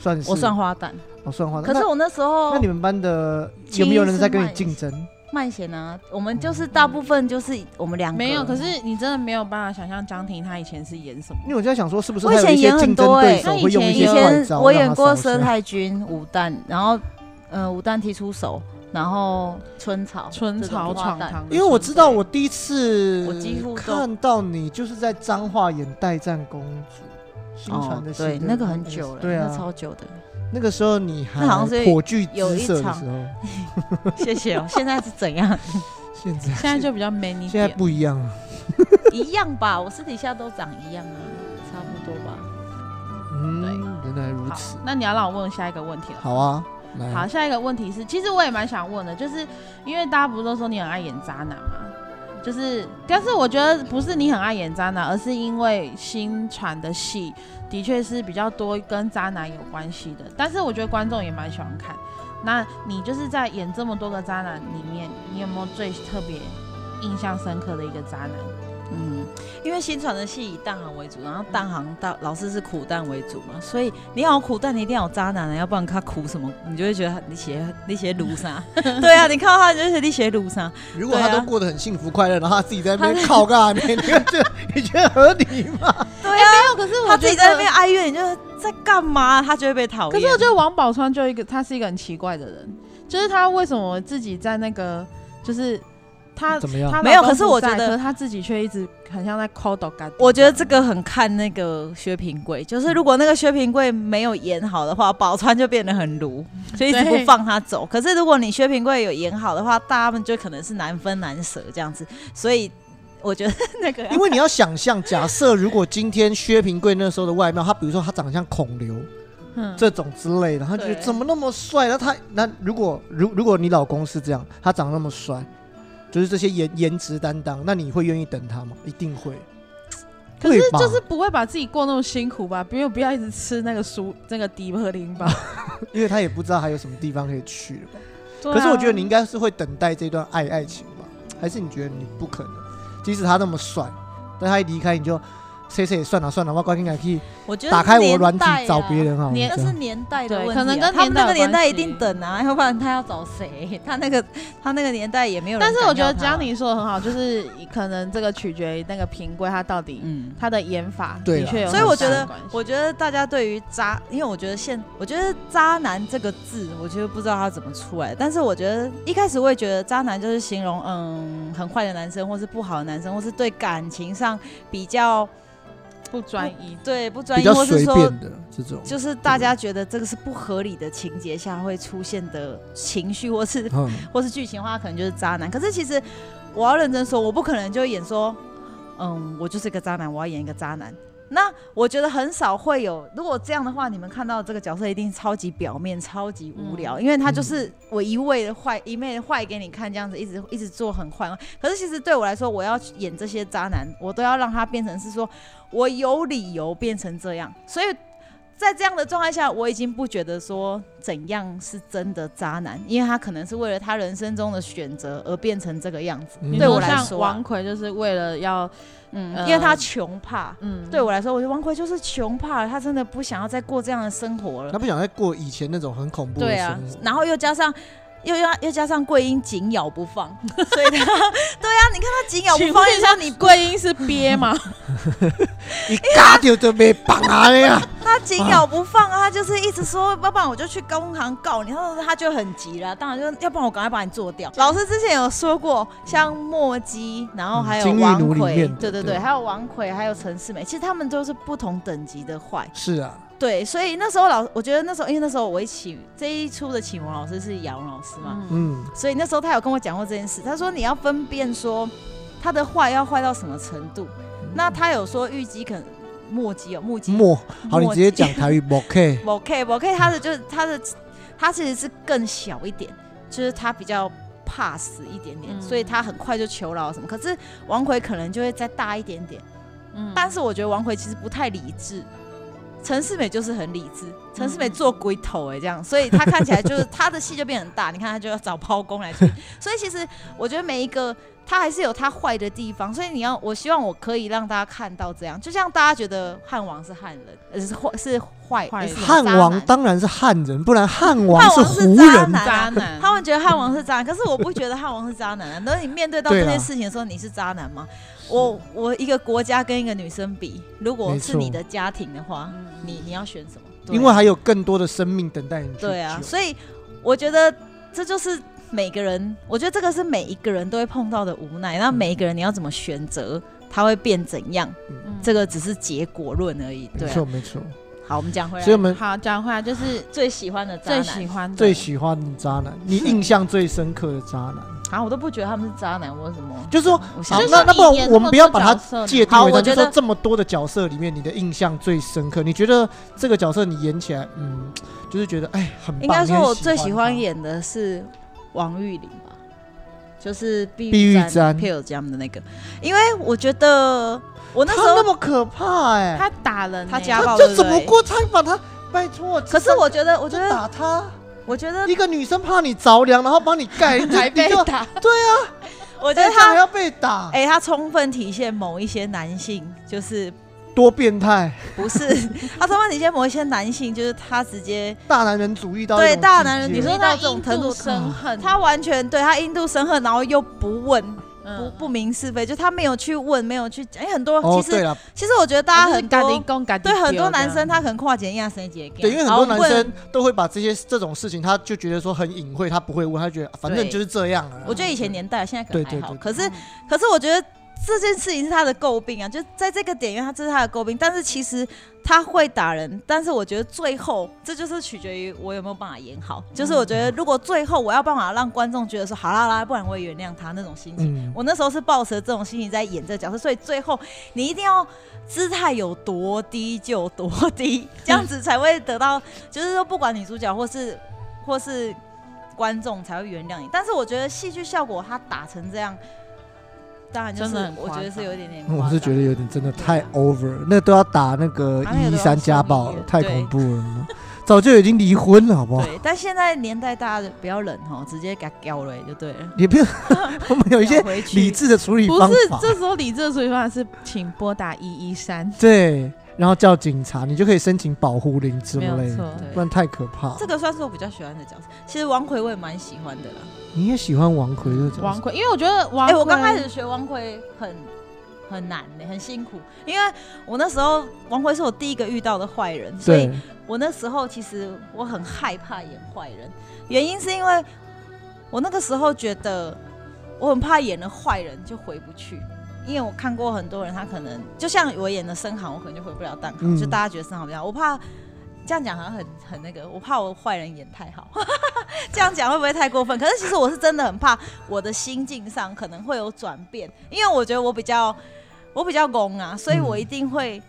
[SPEAKER 1] 算是哦
[SPEAKER 3] 我算花旦。
[SPEAKER 1] 我算花。
[SPEAKER 3] 哦可是我那时候
[SPEAKER 1] 那那你们班的有
[SPEAKER 3] 青衣
[SPEAKER 1] 没有人
[SPEAKER 3] 是
[SPEAKER 1] 在跟你
[SPEAKER 3] 卖
[SPEAKER 1] 竞争？
[SPEAKER 3] 慢写啊，我们就是大部分就是我们
[SPEAKER 1] 嗯
[SPEAKER 3] 两个
[SPEAKER 2] 没有，可是你真的没有办法想象江婷她以前是演什么
[SPEAKER 1] 因。为我在想说，是不是
[SPEAKER 3] 我
[SPEAKER 1] 还
[SPEAKER 3] 以
[SPEAKER 1] 有
[SPEAKER 3] 前
[SPEAKER 1] 一些
[SPEAKER 3] 演
[SPEAKER 1] 竞
[SPEAKER 3] 很
[SPEAKER 1] 争
[SPEAKER 3] 多
[SPEAKER 1] 对
[SPEAKER 3] 欸
[SPEAKER 1] 手
[SPEAKER 2] 那以
[SPEAKER 1] 会用一
[SPEAKER 2] 前
[SPEAKER 3] 以
[SPEAKER 1] 些
[SPEAKER 2] 有
[SPEAKER 1] 怪
[SPEAKER 3] 前
[SPEAKER 1] 招？
[SPEAKER 3] 我
[SPEAKER 1] 让
[SPEAKER 3] 演
[SPEAKER 1] 他
[SPEAKER 3] 过
[SPEAKER 1] 烧
[SPEAKER 3] 佘
[SPEAKER 1] 香
[SPEAKER 3] 太君、武旦，然后呃武旦踢出手，然后春草、
[SPEAKER 2] 春草闯
[SPEAKER 3] 哦
[SPEAKER 2] 堂，
[SPEAKER 1] 因为我知道，我第一次
[SPEAKER 3] 我几乎都
[SPEAKER 1] 看到你就是在彰化演《代战公主》新
[SPEAKER 3] 哦
[SPEAKER 1] 传的，戏
[SPEAKER 3] 对，
[SPEAKER 1] 的
[SPEAKER 3] 那个很久了，
[SPEAKER 1] 对啊
[SPEAKER 3] 那，超久的。
[SPEAKER 1] 那个时候你还
[SPEAKER 3] 那好像是
[SPEAKER 1] 颇具
[SPEAKER 3] 有
[SPEAKER 1] 姿
[SPEAKER 3] 一
[SPEAKER 1] 色的
[SPEAKER 3] 场
[SPEAKER 1] 时候，
[SPEAKER 3] 谢谢哦，现在是怎样？
[SPEAKER 1] 现在
[SPEAKER 2] 现在就比较 man 一
[SPEAKER 1] 现在
[SPEAKER 2] 点。
[SPEAKER 1] 不一样了。
[SPEAKER 3] 一样吧，我私底下都长一样啊，差不多吧。
[SPEAKER 1] 嗯，原来如
[SPEAKER 2] 好
[SPEAKER 1] 此，，
[SPEAKER 2] 那你要让我问下一个问题了。
[SPEAKER 1] 好啊，
[SPEAKER 3] 嗯
[SPEAKER 1] 来，
[SPEAKER 2] 好，下一个问题是，其实我也蛮想问的，就是因为大家不是都说你很爱演渣男嘛，就是，但是我觉得不是你很爱演渣男，而是因为新传的戏的确是比较多跟渣男有关系的，但是我觉得观众也蛮喜欢看。那你就是在演这么多个渣男里面，你有没有最特别印象深刻的一个渣男？
[SPEAKER 3] 嗯，因为新传的戏以蛋行为主，然后蛋行到老师是苦蛋为主嘛，所以你要有苦蛋，你一定要有渣男啊，要不然他苦什么，你就会觉得他你写你写鲁啥， 对啊，你看到他就是你写鲁啥，
[SPEAKER 1] 如果他
[SPEAKER 3] 对啊
[SPEAKER 1] 都过得很幸福快乐，然后他自己在那边
[SPEAKER 3] 他
[SPEAKER 1] 靠干，你你觉得你觉得合理 吗？
[SPEAKER 3] 对啊，
[SPEAKER 2] 没有，可是我
[SPEAKER 3] 他自己在那边哀怨，你就是在干嘛，他就会被讨厌。
[SPEAKER 2] 可是我觉得王宝钏就一个，他是一个很奇怪的人，就是他为什么自己在那个，就是他
[SPEAKER 1] 怎么样
[SPEAKER 2] 他老
[SPEAKER 3] 没有
[SPEAKER 2] 公
[SPEAKER 3] 可是
[SPEAKER 2] 不
[SPEAKER 3] 我
[SPEAKER 2] 在
[SPEAKER 3] 觉得
[SPEAKER 2] 可是他自己却一直很像在抠抖干。
[SPEAKER 3] 我觉得这个很看那个薛平贵，就是如果那个薛平贵没有演好的话，宝钏就变得很鲁，
[SPEAKER 2] 嗯
[SPEAKER 3] 就一直不
[SPEAKER 2] 对
[SPEAKER 3] 放他走。可是如果你薛平贵有演好的话，大家们就可能是难分难舍这样子。所以我觉得 那个啊
[SPEAKER 1] 因为你要想象，假设如果今天薛平贵那时候的外貌，他比如说他长得像孔刘，
[SPEAKER 2] 嗯，
[SPEAKER 1] 这种之类的，他就觉得
[SPEAKER 3] 对
[SPEAKER 1] 怎么那么帅？那他那如果如如果你老公是这样，他长那么帅，就是这些颜颜值担当，那你会愿意等他吗？一定会。
[SPEAKER 2] 可是
[SPEAKER 1] 会吧
[SPEAKER 2] 就是不会把自己过那么辛苦吧？没有必要一直吃那个蔬那个迪和林 吧。
[SPEAKER 1] 因为他也不知道还有什么地方可以去了吧。
[SPEAKER 2] 对啊
[SPEAKER 1] 可是我觉得你应该是会等待这段爱爱情吧？还是你觉得你不可能？即使他那么帅，但他一离开你就，谁谁也算了算了，我赶紧赶去
[SPEAKER 3] 我觉得
[SPEAKER 1] 打开我的软体
[SPEAKER 3] 年代啊
[SPEAKER 1] 找别。人好了。
[SPEAKER 2] 年
[SPEAKER 3] 那
[SPEAKER 1] 这
[SPEAKER 3] 是
[SPEAKER 1] 样
[SPEAKER 3] 年代的
[SPEAKER 2] 对
[SPEAKER 3] 问题啊、
[SPEAKER 2] 可能跟
[SPEAKER 3] 他们那个
[SPEAKER 2] 年
[SPEAKER 3] 年
[SPEAKER 2] 代
[SPEAKER 3] 代
[SPEAKER 2] 有
[SPEAKER 3] 一
[SPEAKER 2] 关系
[SPEAKER 3] 定等啊，要不然他要找谁？他那个他那个年代也没有人
[SPEAKER 2] 但
[SPEAKER 3] 敢
[SPEAKER 2] 是
[SPEAKER 3] 要他。
[SPEAKER 2] 我觉得江你说的很好，就是可能这个取决于那个平贵他到底
[SPEAKER 5] 嗯，
[SPEAKER 2] 他的演法
[SPEAKER 1] 对
[SPEAKER 2] 的
[SPEAKER 1] 啦
[SPEAKER 2] 确有
[SPEAKER 3] 所
[SPEAKER 2] 很大
[SPEAKER 3] 以我觉
[SPEAKER 2] 的
[SPEAKER 3] 得
[SPEAKER 2] 关系，
[SPEAKER 3] 我觉得大家对于渣，因为我觉得现，我觉得“渣男”这个字，我觉得不知道它怎么出来。但是我觉得一开始我也觉得“渣男”就是形容嗯很坏的男生，或是不好的男生，或是对感情上比较
[SPEAKER 2] 不专一，
[SPEAKER 3] 对不专
[SPEAKER 1] 比
[SPEAKER 3] 一，
[SPEAKER 1] 较
[SPEAKER 3] 或是
[SPEAKER 1] 随
[SPEAKER 3] 说
[SPEAKER 1] 便的这种，
[SPEAKER 3] 就是大家觉得这个是不合理的情节下会出现的情绪，或是
[SPEAKER 1] 嗯，
[SPEAKER 3] 或是剧情的话，可能就是渣男。可是其实我要认真说，我不可能就演说，嗯，我就是一个渣男，我要演一个渣男。那我觉得很少会有，如果这样的话，你们看到这个角色一定超级表面、超级无聊，因为他就是我一味的坏，一味的坏给你看，这样子一直一直做很坏。可是其实对我来说，我要去演这些渣男，我都要让他变成是说我有理由变成这样，所以。在这样的状态下，我已经不觉得说怎样是真的渣男，因为他可能是为了他人生中的选择而变成这个样子。
[SPEAKER 1] 嗯
[SPEAKER 2] 你
[SPEAKER 3] 对
[SPEAKER 2] 说
[SPEAKER 3] 我来
[SPEAKER 2] 像
[SPEAKER 3] 说啊、
[SPEAKER 2] 王奎就是为了要
[SPEAKER 3] 嗯，
[SPEAKER 2] 呃
[SPEAKER 3] 因为他穷怕。
[SPEAKER 2] 嗯
[SPEAKER 3] 对我来说，我觉得王奎就是穷怕了，他真的不想要再过这样的生活
[SPEAKER 1] 他
[SPEAKER 3] 了。
[SPEAKER 1] 不想再过以前那种很恐怖的
[SPEAKER 3] 对啊
[SPEAKER 1] 生活，。
[SPEAKER 3] 然后又加上。又要又加上桂英紧咬不放， 所以他对啊，你看他紧咬不
[SPEAKER 2] 请
[SPEAKER 3] 放，
[SPEAKER 2] 问
[SPEAKER 3] 就
[SPEAKER 2] 一
[SPEAKER 3] 像
[SPEAKER 2] 下，
[SPEAKER 3] 你
[SPEAKER 2] 你桂英是憋吗？
[SPEAKER 1] 一嘎掉就被绑啊了呀！
[SPEAKER 3] 他紧咬不放啊，他就是一直说，要不然我就去公行告你。然后他就很急了，当然就要不然我赶快把你做掉。老师之前有说过，像墨姬，然后还有
[SPEAKER 1] 嗯
[SPEAKER 3] 王
[SPEAKER 1] 金玉奴里
[SPEAKER 3] 奎
[SPEAKER 1] 面，的
[SPEAKER 3] 对对
[SPEAKER 1] 对
[SPEAKER 3] 对，还有王奎，还有陈世美，其实他们都是不同等级的坏。
[SPEAKER 1] 是啊，
[SPEAKER 3] 对，所以那时候老，我觉得那时候，因为那时候我一起这一出的启蒙老师是姚老师嘛，
[SPEAKER 1] 嗯，
[SPEAKER 3] 所以那时候他有跟我讲过这件事，他说你要分辨说他的坏要坏到什么程度。那他有说玉姬可能墨姬哦，墨姬
[SPEAKER 1] 莫好，你
[SPEAKER 3] 墨
[SPEAKER 1] 直接
[SPEAKER 3] 迹
[SPEAKER 1] 讲台语，莫 K，
[SPEAKER 3] 某 K 某 K，他的就是他的，他其实是更小一点，就是他比较怕死一点点，
[SPEAKER 2] 嗯
[SPEAKER 3] 所以他很快就求饶什么。可是王奎可能就会再大一点点，
[SPEAKER 2] 嗯
[SPEAKER 3] 但是我觉得王奎其实不太理智，陈世美就是很理智，陈世美做鬼头哎、这样，所以他看起来就是 他的戏就变很大。你看他就要找包公来演， 所以其实我觉得每一个他还是有他坏的地方，所以你要我希望我可以让大家看到这样，就像大家觉得汉王是汉人，呃是坏是
[SPEAKER 2] 坏
[SPEAKER 3] 坏呃
[SPEAKER 2] 人
[SPEAKER 3] 是
[SPEAKER 1] 汉
[SPEAKER 3] 渣
[SPEAKER 1] 王
[SPEAKER 3] 男
[SPEAKER 1] 当然是汉人，不然汉王
[SPEAKER 3] 汉
[SPEAKER 1] 是
[SPEAKER 3] 王是
[SPEAKER 1] 胡
[SPEAKER 3] 渣
[SPEAKER 1] 人。
[SPEAKER 3] 男
[SPEAKER 2] 渣
[SPEAKER 3] 啊
[SPEAKER 2] 男，
[SPEAKER 3] 他们觉得汉王是渣男，可是我不觉得汉王是渣男啊。那你面对到
[SPEAKER 1] 对
[SPEAKER 3] 这
[SPEAKER 1] 啦
[SPEAKER 3] 件事情的时候，你是渣男吗？我我一个国家跟一个女生比，如果
[SPEAKER 1] 没
[SPEAKER 3] 是
[SPEAKER 1] 错
[SPEAKER 3] 你的家庭的话，
[SPEAKER 2] 嗯
[SPEAKER 3] 你你要选什么？对
[SPEAKER 1] 因为还有更多的生命等待你去
[SPEAKER 3] 对啊，
[SPEAKER 1] 救
[SPEAKER 3] 所以我觉得这就是每个人，我觉得这个是每一个人都会碰到的无奈。那每一个人你要怎么选择，他会变怎样？
[SPEAKER 1] 嗯
[SPEAKER 3] 这个只是结果论而已。对
[SPEAKER 1] 没
[SPEAKER 3] 啊、
[SPEAKER 1] 错没错。
[SPEAKER 3] 好，我们讲回
[SPEAKER 1] 所以我
[SPEAKER 3] 来，
[SPEAKER 1] 们
[SPEAKER 2] 好讲回来就是
[SPEAKER 3] 最喜欢的渣
[SPEAKER 2] 最
[SPEAKER 3] 男，
[SPEAKER 2] 喜欢的
[SPEAKER 1] 最喜欢的渣男，你
[SPEAKER 3] 啊
[SPEAKER 1] 印象最深刻的渣男，
[SPEAKER 3] 啊，我都不觉得他们是渣男，我什么？
[SPEAKER 1] 就是说，
[SPEAKER 3] 我
[SPEAKER 1] 好
[SPEAKER 3] 想，
[SPEAKER 1] 那那不然
[SPEAKER 2] 演
[SPEAKER 1] 我
[SPEAKER 2] 那
[SPEAKER 1] 们
[SPEAKER 2] 么
[SPEAKER 1] 不要
[SPEAKER 2] 多
[SPEAKER 1] 把它
[SPEAKER 2] 角色
[SPEAKER 1] 界定
[SPEAKER 3] 嗯好
[SPEAKER 1] 为渣，
[SPEAKER 3] 我
[SPEAKER 1] 就
[SPEAKER 3] 觉得
[SPEAKER 1] 说这么多的角色里面，你的印象最深刻，你觉得这个角色你演起来，嗯，就是觉得哎，很棒。
[SPEAKER 3] 应该说，
[SPEAKER 1] 你很
[SPEAKER 3] 我最喜欢
[SPEAKER 1] 他，
[SPEAKER 3] 演的是王玉玲吧，就是《碧
[SPEAKER 1] 碧玉
[SPEAKER 3] 簪
[SPEAKER 1] 簪》
[SPEAKER 3] 配偶 m 的那个，因为我觉得我那
[SPEAKER 1] 他
[SPEAKER 3] 时候
[SPEAKER 1] 那么可怕哎，
[SPEAKER 2] 他打人欸，
[SPEAKER 3] 他家
[SPEAKER 1] 他
[SPEAKER 3] 暴
[SPEAKER 1] 就
[SPEAKER 3] 对不
[SPEAKER 1] 怎么
[SPEAKER 3] 对
[SPEAKER 1] 过，他把他拜托，
[SPEAKER 3] 可是我觉得，我觉
[SPEAKER 1] 就
[SPEAKER 3] 得，
[SPEAKER 1] 打他，
[SPEAKER 3] 我觉得，
[SPEAKER 1] 一个女生怕你着凉，然后帮你盖，你
[SPEAKER 3] 还被
[SPEAKER 1] 你 就
[SPEAKER 3] 打
[SPEAKER 1] 对啊，
[SPEAKER 3] 我
[SPEAKER 1] 我
[SPEAKER 3] 觉得
[SPEAKER 1] 还
[SPEAKER 3] 他，
[SPEAKER 1] 要被打，
[SPEAKER 3] 哎、他充分体现某一些男性，就是
[SPEAKER 1] 多变态，
[SPEAKER 3] 不是 他充分体现某一些男性，就是他直接
[SPEAKER 1] 大男人主义到
[SPEAKER 3] 对
[SPEAKER 1] 一种
[SPEAKER 3] 大
[SPEAKER 1] 境
[SPEAKER 3] 男人
[SPEAKER 1] 界
[SPEAKER 3] 你
[SPEAKER 2] 你
[SPEAKER 3] 主
[SPEAKER 2] 说
[SPEAKER 3] 说到
[SPEAKER 2] 到
[SPEAKER 3] 这种
[SPEAKER 2] 程
[SPEAKER 3] 程
[SPEAKER 2] 度
[SPEAKER 3] 度
[SPEAKER 2] 生恨，
[SPEAKER 3] 他完全对他印度神恨，然后又不问，不
[SPEAKER 2] 嗯
[SPEAKER 3] 不明是非，就他没有去问，没有去，哎、很多、
[SPEAKER 1] 哦，
[SPEAKER 3] 其
[SPEAKER 1] 对哦
[SPEAKER 3] 实
[SPEAKER 1] 了，
[SPEAKER 3] 其实我觉得大家很多。对很多男生，
[SPEAKER 2] 他
[SPEAKER 3] 他可能跨检亚生节，
[SPEAKER 1] 对，因为很多
[SPEAKER 3] 然后
[SPEAKER 1] 男
[SPEAKER 3] 问
[SPEAKER 1] 生都会把这些这种事情，他就觉得说很隐晦，他不会问，他觉得啊反正
[SPEAKER 3] 对
[SPEAKER 1] 就是这样啊。
[SPEAKER 3] 我觉得以前年代，现在可能
[SPEAKER 1] 对对
[SPEAKER 3] 还好。
[SPEAKER 1] 对
[SPEAKER 3] 可是，可是我觉得这件事情是他的诟病啊，就在这个点，因为他这是他的诟病。但是其实他会打人，但是我觉得最后这就是取决于我有没有办法演好。就是我觉
[SPEAKER 1] 嗯
[SPEAKER 3] 得如果最后我要办法让观众觉得说好啦好啦，不然我也原谅他那种心情。
[SPEAKER 1] 嗯，
[SPEAKER 3] 我那时候是抱着这种心情在演这个角色，所以最后你一定要姿态有多低就有多低，这样子才会得到，就是说不管女主角或是 或是观众才会原谅你。但是我觉得戏剧效果它打成这样，当然就是
[SPEAKER 2] 真的很夸
[SPEAKER 3] 我
[SPEAKER 2] 张
[SPEAKER 3] 觉得是有一点点夸张，
[SPEAKER 1] 我是觉得有点真的太 over，了那都要打那个
[SPEAKER 3] 啊那个
[SPEAKER 1] 一
[SPEAKER 3] 都
[SPEAKER 1] 一
[SPEAKER 3] 要
[SPEAKER 1] 三
[SPEAKER 3] 送
[SPEAKER 1] 家暴
[SPEAKER 3] 医
[SPEAKER 1] 了，
[SPEAKER 3] 院
[SPEAKER 1] 太
[SPEAKER 3] 对
[SPEAKER 1] 恐怖了，早就已经离婚了，好不好？
[SPEAKER 3] 对。但现在年代大家不要冷哈，直接给它叼了就对了。
[SPEAKER 1] 也 不要，我们有一些
[SPEAKER 3] 不要回去
[SPEAKER 1] 理智的处理
[SPEAKER 2] 不
[SPEAKER 1] 方
[SPEAKER 2] 是
[SPEAKER 1] 法，
[SPEAKER 2] 这时候理智的处理方法是，请拨打一一三，
[SPEAKER 1] 对，然后叫警察，你就可以申请保护令之
[SPEAKER 2] 没
[SPEAKER 1] 类的，
[SPEAKER 2] 有错。
[SPEAKER 1] 不然太可怕了。
[SPEAKER 3] 这个算是我比较喜欢的角色，其实王奎我也蛮喜欢的啦。
[SPEAKER 1] 你也喜欢王奎这种？
[SPEAKER 2] 王奎，因为我觉得王
[SPEAKER 3] 哎、
[SPEAKER 2] 奎，
[SPEAKER 3] 我刚开始学汪奎很很难呢、很辛苦，因为我那时候汪奎是我第一个遇到的坏人，所以
[SPEAKER 1] 对，
[SPEAKER 3] 我那时候其实我很害怕演坏人，原因是因为我那个时候觉得我很怕演了坏人就回不去。因为我看过很多人，他可能就像我演的生行，我可能就回不了当行，
[SPEAKER 1] 嗯
[SPEAKER 3] 就大家觉得生行比较好。我怕这样讲好像很很那个，我怕我坏人演太好， 这样讲会不会太过分？可是其实我是真的很怕我的心境上可能会有转变，因为我觉得我比较我比较攻啊，所以我一定会，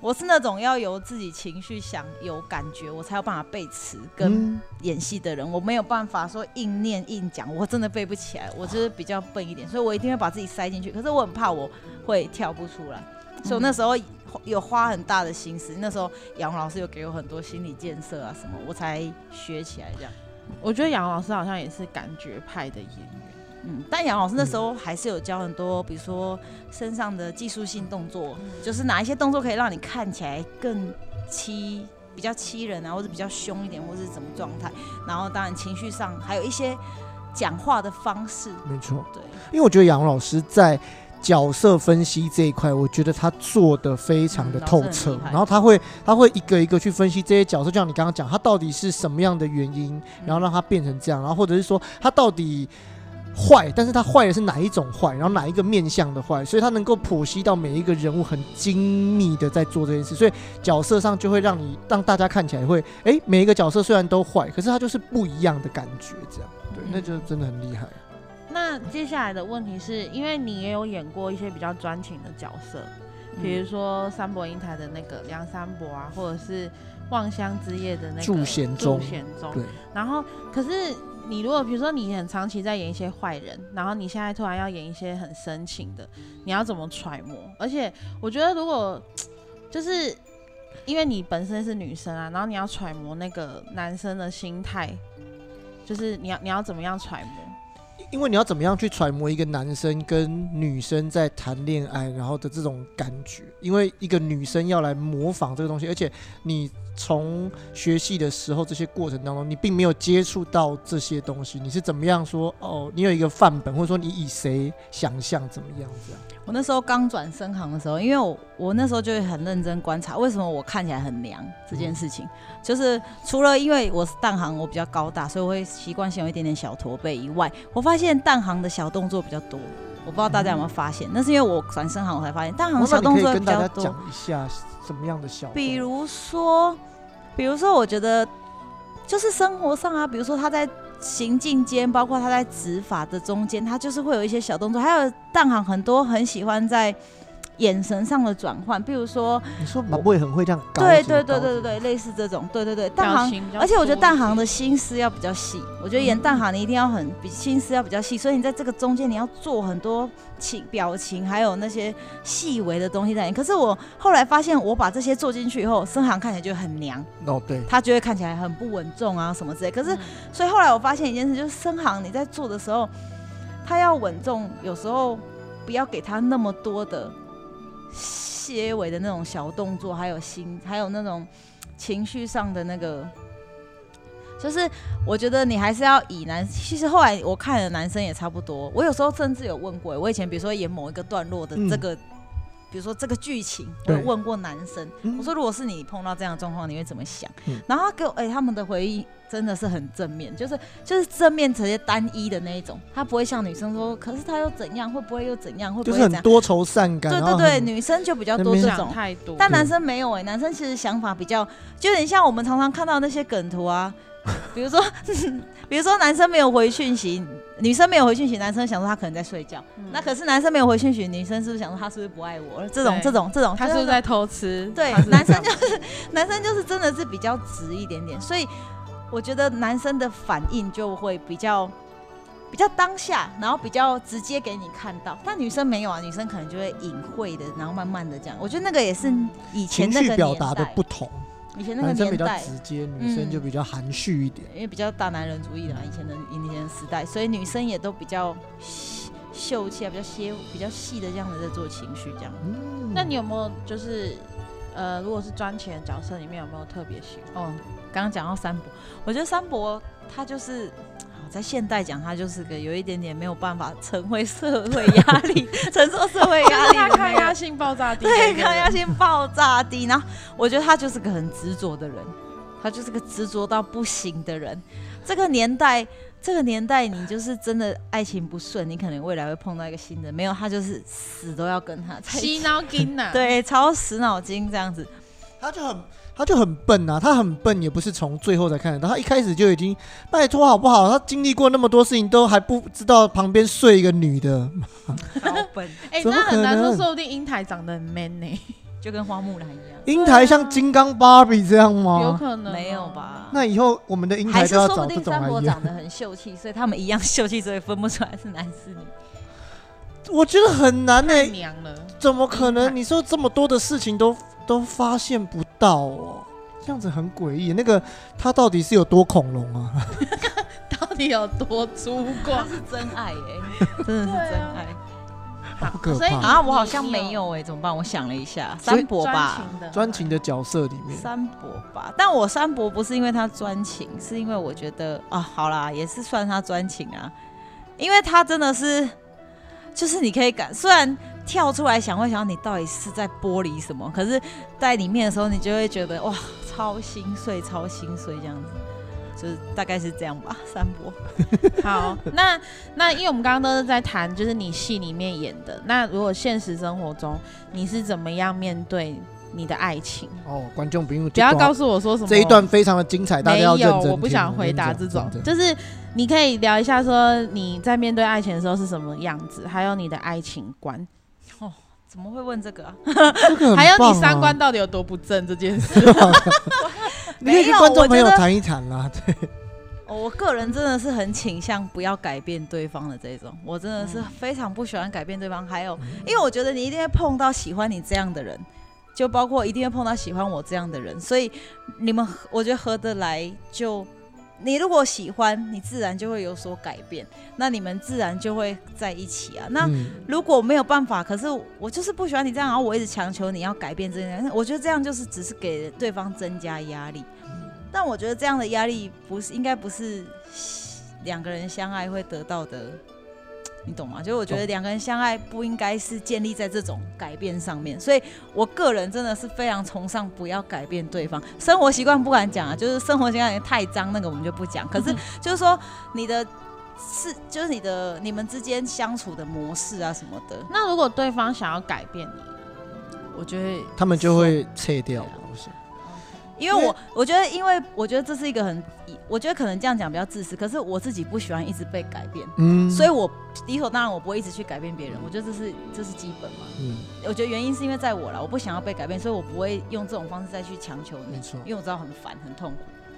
[SPEAKER 3] 我是那种要由自己情绪想有感觉，我才有办法背词跟
[SPEAKER 1] 嗯
[SPEAKER 3] 演戏的人，我没有办法说硬念硬讲，我真的背不起来，我就是比较笨一点，所以我一定会把自己塞进去。可是我很怕我会跳不出来，所以我那时候有花很大的心思。那时候杨红老师有给我很多心理建设啊什么，我才学起来这样。
[SPEAKER 2] 我觉得杨老师好像也是感觉派的演员，
[SPEAKER 3] 嗯，但杨老师那时候还是有教很多，比如说身上的技术性动作，就是哪一些动作可以让你看起来更欺，比较欺人啊，或者比较凶一点，或者是怎么状态。然后当然情绪上还有一些讲话的方式，
[SPEAKER 1] 没错。
[SPEAKER 3] 对，
[SPEAKER 1] 因为我觉得杨老师在角色分析这一块，我觉得他做的非常的透彻
[SPEAKER 3] 嗯老师很厉，害
[SPEAKER 1] 然后他会他会一个一个去分析这些角色，就像你刚刚讲，他到底是什么样的原因，
[SPEAKER 3] 嗯
[SPEAKER 1] 然后让他变成这样，然后或者是说他到底。坏，但是他坏的是哪一种坏，然后哪一个面向的坏，所以他能够剖析到每一个人物很精密的在做这件事，所以角色上就会让你让大家看起来会，哎，每一个角色虽然都坏，可是他就是不一样的感觉，这样，对，那就真的很厉害。
[SPEAKER 2] 那接下来的问题是因为你也有演过一些比较专情的角色，
[SPEAKER 3] 嗯
[SPEAKER 2] 比
[SPEAKER 1] 嗯
[SPEAKER 2] 如说三伯英台的那个梁山伯啊，或者是望乡之夜的那个
[SPEAKER 1] 祝贤忠
[SPEAKER 2] 祝贤忠
[SPEAKER 1] 对。
[SPEAKER 2] 然后，可是你如果比如说你很长期在演一些坏人，然后你现在突然要演一些很深情的，你要怎么揣摩？而且我觉得如果就是因为你本身是女生啊，然后你要揣摩那个男生的心态，就是你要你要怎么样揣摩？
[SPEAKER 1] 因为你要怎么样去揣摩一个男生跟女生在谈恋爱，然后的这种感觉？因为一个女生要来模仿这个东西，而且你从学戏的时候这些过程当中，你并没有接触到这些东西，你是怎么样说？哦，你有一个范本，或者说你以谁想象怎么样这样？
[SPEAKER 3] 我那时候刚转深行的时候，因为我我那时候就很认真观察，为什么我看起来很娘这件事情，就是除了因为我是蛋行，我比较高大，所以我会习惯性有一点点小驼背以外，我发现蛋行的小动作比较多。我不知道大家有没有发现，那是因为我转深行我才发现，蛋行
[SPEAKER 1] 麻
[SPEAKER 3] 小
[SPEAKER 1] 烦
[SPEAKER 3] 动
[SPEAKER 1] 你可
[SPEAKER 3] 作
[SPEAKER 1] 以
[SPEAKER 3] 比
[SPEAKER 1] 跟大
[SPEAKER 3] 较
[SPEAKER 1] 家
[SPEAKER 3] 多
[SPEAKER 1] 讲。一下什么样的小动作，
[SPEAKER 3] 比如说，比如说，我觉得就是生活上啊，比如说他在行进间，包括他在执法的中间，他就是会有一些小动作，还有蛋行很多很喜欢在眼神上的转换，比如说，
[SPEAKER 1] 你说马不也很会这样搞？
[SPEAKER 3] 对对对对对对，类似这种，对对对，蛋
[SPEAKER 2] 表
[SPEAKER 3] 行。
[SPEAKER 2] 情比较
[SPEAKER 3] 而且我觉得
[SPEAKER 2] 多
[SPEAKER 3] 蛋行的心思要比较细，我觉得演蛋行你一定要很比心思要比较细，所以你在这个中间你要做很多情表情，还有那些细微的东西在里面。可是我后来发现，我把这些做进去以后，深行看起来就很娘，
[SPEAKER 1] 哦对，
[SPEAKER 3] 他就会看起来很不稳重啊什么之类。可是
[SPEAKER 2] 嗯，
[SPEAKER 3] 所以后来我发现一件事，就是深行你在做的时候，他要稳重，有时候不要给他那么多的些微的那种小动作，还有心，还有那种情绪上的那个。就是我觉得你还是要以男，其实后来我看了男生也差不多。我有时候甚至有问过，我以前比如说演某一个段落的
[SPEAKER 1] 嗯
[SPEAKER 3] 这个，比如说这个剧情，我有
[SPEAKER 1] 对
[SPEAKER 3] 问过男生，
[SPEAKER 1] 嗯
[SPEAKER 3] 我说，如果是你碰到这样的状况，你会怎么想？
[SPEAKER 1] 嗯
[SPEAKER 3] 然后他给我，哎、他们的回忆真的是很正面，就是就是正面直接单一的那一种，他不会像女生说，可是他又怎样，会不会又怎样，会不
[SPEAKER 1] 就
[SPEAKER 3] 会
[SPEAKER 1] 是
[SPEAKER 3] 怎
[SPEAKER 1] 很
[SPEAKER 3] 样？
[SPEAKER 1] 多愁善感，
[SPEAKER 3] 对
[SPEAKER 1] 然
[SPEAKER 3] 对
[SPEAKER 1] 后
[SPEAKER 3] 对，
[SPEAKER 1] 很
[SPEAKER 3] 女生就比较
[SPEAKER 1] 那
[SPEAKER 3] 多
[SPEAKER 1] 边
[SPEAKER 3] 这
[SPEAKER 2] 想
[SPEAKER 3] 种，
[SPEAKER 2] 太多，
[SPEAKER 3] 但
[SPEAKER 1] 对
[SPEAKER 3] 男生没有哎、男生其实想法比较，就有点像我们常常看到那些梗图啊， 比如说比如说男生没有回讯息，女生没有回讯息，男生想说他可能在睡觉，
[SPEAKER 2] 嗯
[SPEAKER 3] 那可是男生没有回讯息，女生是不是想说他是不是不爱我？这种
[SPEAKER 2] 对
[SPEAKER 3] 这种这种，
[SPEAKER 2] 他
[SPEAKER 3] 就是
[SPEAKER 2] 不
[SPEAKER 3] 是
[SPEAKER 2] 是在偷吃？
[SPEAKER 3] 对
[SPEAKER 2] 他是，不是
[SPEAKER 3] 男
[SPEAKER 2] 这
[SPEAKER 3] 生
[SPEAKER 2] 样
[SPEAKER 3] 就是男生就是真的是比较直一点点，所以我觉得男生的反应就会比较比较当下，然后比较直接给你看到。但女生没有啊，女生可能就会隐晦的，然后慢慢的讲。我觉得那个也是以前
[SPEAKER 1] 情
[SPEAKER 3] 那
[SPEAKER 1] 绪
[SPEAKER 3] 个
[SPEAKER 1] 表
[SPEAKER 3] 年
[SPEAKER 1] 达的
[SPEAKER 3] 代
[SPEAKER 1] 不，同，
[SPEAKER 3] 以前那
[SPEAKER 1] 嗯
[SPEAKER 3] 个
[SPEAKER 1] 男生比
[SPEAKER 3] 年
[SPEAKER 1] 较
[SPEAKER 3] 代。嗯
[SPEAKER 1] 直接，女生就比较含蓄一点。
[SPEAKER 3] 因为比较大男人主义的嘛，以前的以前的时代，所以女生也都比较秀气啊，比较些比较细的这样子在做情绪这样。
[SPEAKER 1] 嗯
[SPEAKER 2] 那你有没有就是呃，如果是专情的角色里面有没有特别喜欢？
[SPEAKER 3] 哦，刚刚讲到三伯，我觉得三伯他就是。啊在现代讲，他就是个有一点点没有办法承会社会压 力、承受社会压力的那
[SPEAKER 2] 哦他
[SPEAKER 3] 个，
[SPEAKER 2] 抗压性爆炸低，
[SPEAKER 3] 对抗压性爆炸低。然后我觉得他就是个很执着的人，他就是个执着到不行的人。这个年代，这个年代，你就是真的爱情不顺，你可能未来会碰到一个新的，没有他就是死都要跟他在一
[SPEAKER 2] 吸
[SPEAKER 3] 起，
[SPEAKER 2] 脑筋呐，，
[SPEAKER 3] 对，超死脑筋这样子。
[SPEAKER 1] 他就很他就很笨啊，他很笨也不是从最后才看得到，他一开始就已经拜托好不好？他经历过那么多事情，都还不知道旁边睡一个女的，
[SPEAKER 3] 啊好笨，
[SPEAKER 2] 哎，
[SPEAKER 1] 怎么
[SPEAKER 2] 那很难
[SPEAKER 1] 可
[SPEAKER 2] 说，
[SPEAKER 1] 能
[SPEAKER 2] 说不定英台长得很 man 呢，
[SPEAKER 3] 就跟花木兰一样。
[SPEAKER 1] 英台像金刚芭比这样
[SPEAKER 2] 有
[SPEAKER 1] 吗？
[SPEAKER 2] 可能
[SPEAKER 3] 没有
[SPEAKER 2] 哦？
[SPEAKER 3] 吧？
[SPEAKER 1] 那以后我们的英
[SPEAKER 3] 还
[SPEAKER 1] 台
[SPEAKER 3] 是
[SPEAKER 1] 都要
[SPEAKER 3] 说不
[SPEAKER 1] 找这
[SPEAKER 3] 定
[SPEAKER 1] 种
[SPEAKER 3] 三
[SPEAKER 1] 来
[SPEAKER 3] 伯
[SPEAKER 1] 演
[SPEAKER 3] 长。得很秀气，所以他们一样秀气，所以分不出来是男是女。
[SPEAKER 1] 我觉得很难呢、
[SPEAKER 2] 太 娘了，
[SPEAKER 1] 怎么可
[SPEAKER 2] 英
[SPEAKER 1] 能？
[SPEAKER 2] 台
[SPEAKER 1] 你说这么多的事情都都发现不到哦，这样子很诡异。那个他到底是有多恐龙啊？
[SPEAKER 2] 到底有多粗 犷？
[SPEAKER 3] 是 真爱耶、真的是真爱
[SPEAKER 1] 好可
[SPEAKER 2] 所以
[SPEAKER 1] 怕！
[SPEAKER 2] 啊
[SPEAKER 3] 啊！我好像没有哎、怎么办？我想了一下，
[SPEAKER 1] 所以
[SPEAKER 3] 三伯
[SPEAKER 2] 专
[SPEAKER 3] 吧，
[SPEAKER 2] 情的
[SPEAKER 1] 专情的角色里面，
[SPEAKER 3] 三伯吧。但我三伯不是因为他专情，是因为我觉得啊，好啦，也是算他专情啊，因为他真的是，就是你可以感，虽然。跳出来想会想到你到底是在剥离什么，可是在里面的时候，你就会觉得哇，超心碎，超心碎这样子，就是大概是这样吧。三伯，
[SPEAKER 2] 好，那那因为我们刚刚都是在谈，就是你戏里面演的，那如果现实生活中你是怎么样面对你的爱情？
[SPEAKER 1] 哦，观众朋友
[SPEAKER 2] 不要
[SPEAKER 1] 这段
[SPEAKER 2] 告诉我说什么
[SPEAKER 1] 这一段非常的精彩，大家
[SPEAKER 2] 没
[SPEAKER 1] 要认
[SPEAKER 2] 有，
[SPEAKER 1] 真听。
[SPEAKER 2] 我不想回答这
[SPEAKER 1] 跟你
[SPEAKER 2] 种
[SPEAKER 1] 讲，真的
[SPEAKER 2] 就是你可以聊一下说你在面对爱情的时候是什么样子，还有你的爱情观，
[SPEAKER 3] 怎么会问这个、啊？
[SPEAKER 1] 这个很
[SPEAKER 2] 还有
[SPEAKER 1] 棒啊
[SPEAKER 2] 你三 观到底有多不正这件事。
[SPEAKER 1] 你可以跟观众朋友谈一谈啦。对
[SPEAKER 3] 哦我个人真的是很倾向不要改变对方的这种，我真的是非常不喜欢改变对方。还有，因为我觉得你一定会碰到喜欢你这样的人，就包括一定会碰到喜欢我这样的人，所以你们我觉得合得来就。你如果喜欢，你自然就会有所改变，那你们自然就会在一起啊。那
[SPEAKER 1] 嗯
[SPEAKER 3] 如果没有办法，可是我就是不喜欢你这样，然后我一直强求你要改变这件事，我觉得这样就是只是给对方增加压力。但我觉得这样的压力不是应该不是两个人相爱会得到的，你懂吗？就是我觉得
[SPEAKER 1] 懂
[SPEAKER 3] 两个人相爱不应该是建立在这种改变上面，所以我个人真的是非常崇尚不要改变对方。生活习惯不敢讲啊，就是生活习惯也太脏，那个我们就不讲。可是就是说你的是就是你的你们之间相处的模式啊什么的，
[SPEAKER 2] 那如果对方想要改变你，我觉得
[SPEAKER 1] 他们就会撤掉。我
[SPEAKER 2] 啊
[SPEAKER 1] 想
[SPEAKER 3] 因为我我觉得，因为我觉得这是一个很，我觉得可能这样讲比较自私，可是我自己不喜欢一直被改
[SPEAKER 2] 啊
[SPEAKER 3] 变，
[SPEAKER 1] 嗯
[SPEAKER 3] 所以我理所当然我不会一直去改变别人，我觉得这是这是基本嘛。
[SPEAKER 1] 嗯，
[SPEAKER 3] 我觉得原因是因为在我了，我不想要被改变，所以我不会用这种方式再去强求
[SPEAKER 1] 没
[SPEAKER 3] 你，
[SPEAKER 1] 错
[SPEAKER 3] 因。为我知道很烦很痛苦。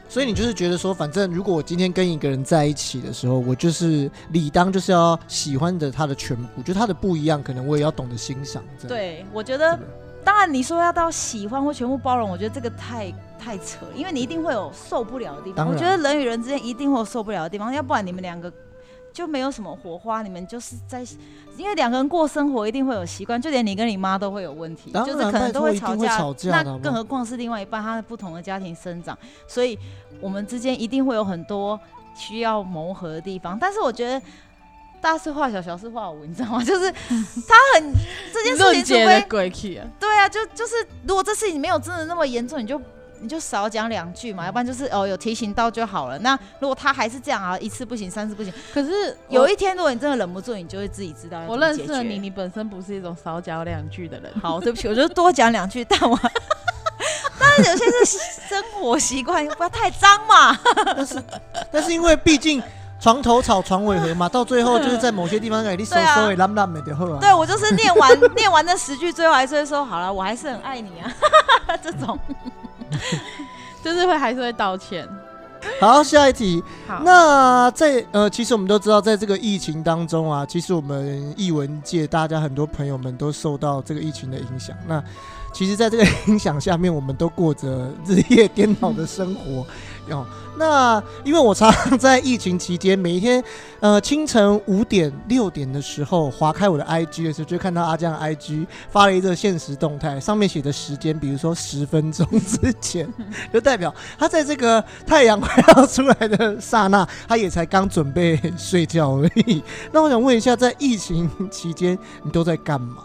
[SPEAKER 1] 所以你就是觉得说，反正如果我今天跟一个人在一起的时候，我就是理当就是要喜欢着他的全部，就他的不一样，可能我也要懂得欣赏。这样，
[SPEAKER 3] 对，我觉
[SPEAKER 1] 对
[SPEAKER 3] 得
[SPEAKER 1] 不对
[SPEAKER 3] 当然你说要到喜欢或全部包容，我觉得这个太太扯了，因为你一定会有受不了的地
[SPEAKER 1] 当然
[SPEAKER 3] 方。我觉得人与人之间一定会有受不了的地方，要不然你们两个就没有什么火花，你们就是在因为两个人过生活一定会有习惯，就连你跟你妈都会有问题，
[SPEAKER 1] 当
[SPEAKER 3] 就
[SPEAKER 1] 然
[SPEAKER 3] 是可能都
[SPEAKER 1] 拜托一定
[SPEAKER 3] 吵
[SPEAKER 1] 会
[SPEAKER 3] 架。
[SPEAKER 1] 吵架的好
[SPEAKER 3] 那
[SPEAKER 1] 不好
[SPEAKER 3] 更何况是另外一半，他在不同的家庭生长，所以我们之间一定会有很多需要磨合的地方。但是我觉得。大事化小，小事化无，你知道吗？就是他很这件事情，
[SPEAKER 2] 论
[SPEAKER 3] 除
[SPEAKER 2] 结
[SPEAKER 3] 非
[SPEAKER 2] 的鬼气啊，
[SPEAKER 3] 对啊，就就是如果这事情没有真的那么严重，你就你就少讲两句嘛，要不然就是哦有提醒到就好了。那如果他还是这样啊，一次不行，三次不行，
[SPEAKER 2] 可是我
[SPEAKER 3] 有一天如果你真的忍不住，你就会自己知道要
[SPEAKER 2] 我
[SPEAKER 3] 怎么
[SPEAKER 2] 认
[SPEAKER 3] 解
[SPEAKER 2] 识了你，
[SPEAKER 3] 决
[SPEAKER 2] 你本身不是一种少讲两句的人。
[SPEAKER 3] 好，对不起，我就多讲两句，但我但是有些是生活习惯，不要太脏嘛。
[SPEAKER 1] 但是因 为毕竟床头吵床尾和嘛，到最后就是在某些地方哎给你收
[SPEAKER 3] 对啊
[SPEAKER 1] 收也烂烂的就好啊。
[SPEAKER 3] 对我就是念完念完那十句，最后还是会说好了，我还是很爱你啊， 这种。
[SPEAKER 2] 就是会还是会道歉。
[SPEAKER 1] 好，下一题。
[SPEAKER 2] 好，
[SPEAKER 1] 那在呃，其实我们都知道，在这个疫情当中啊，其实我们艺文界大家很多朋友们都受到这个疫情的影响。那其实，在这个影响下面，我们都过着日夜颠倒的生活。哦，那因为我常常在疫情期间，每一天呃清晨五点六点的时候，划开我的 IG 的时候，就看到阿江的 IG 发了一个现实动态，上面写的时间，比如说十分钟之前，就代表他在这个太阳快要出来的刹那，他也才刚准备睡觉而已。 那我想问一下，在疫情期间，你都在干嘛？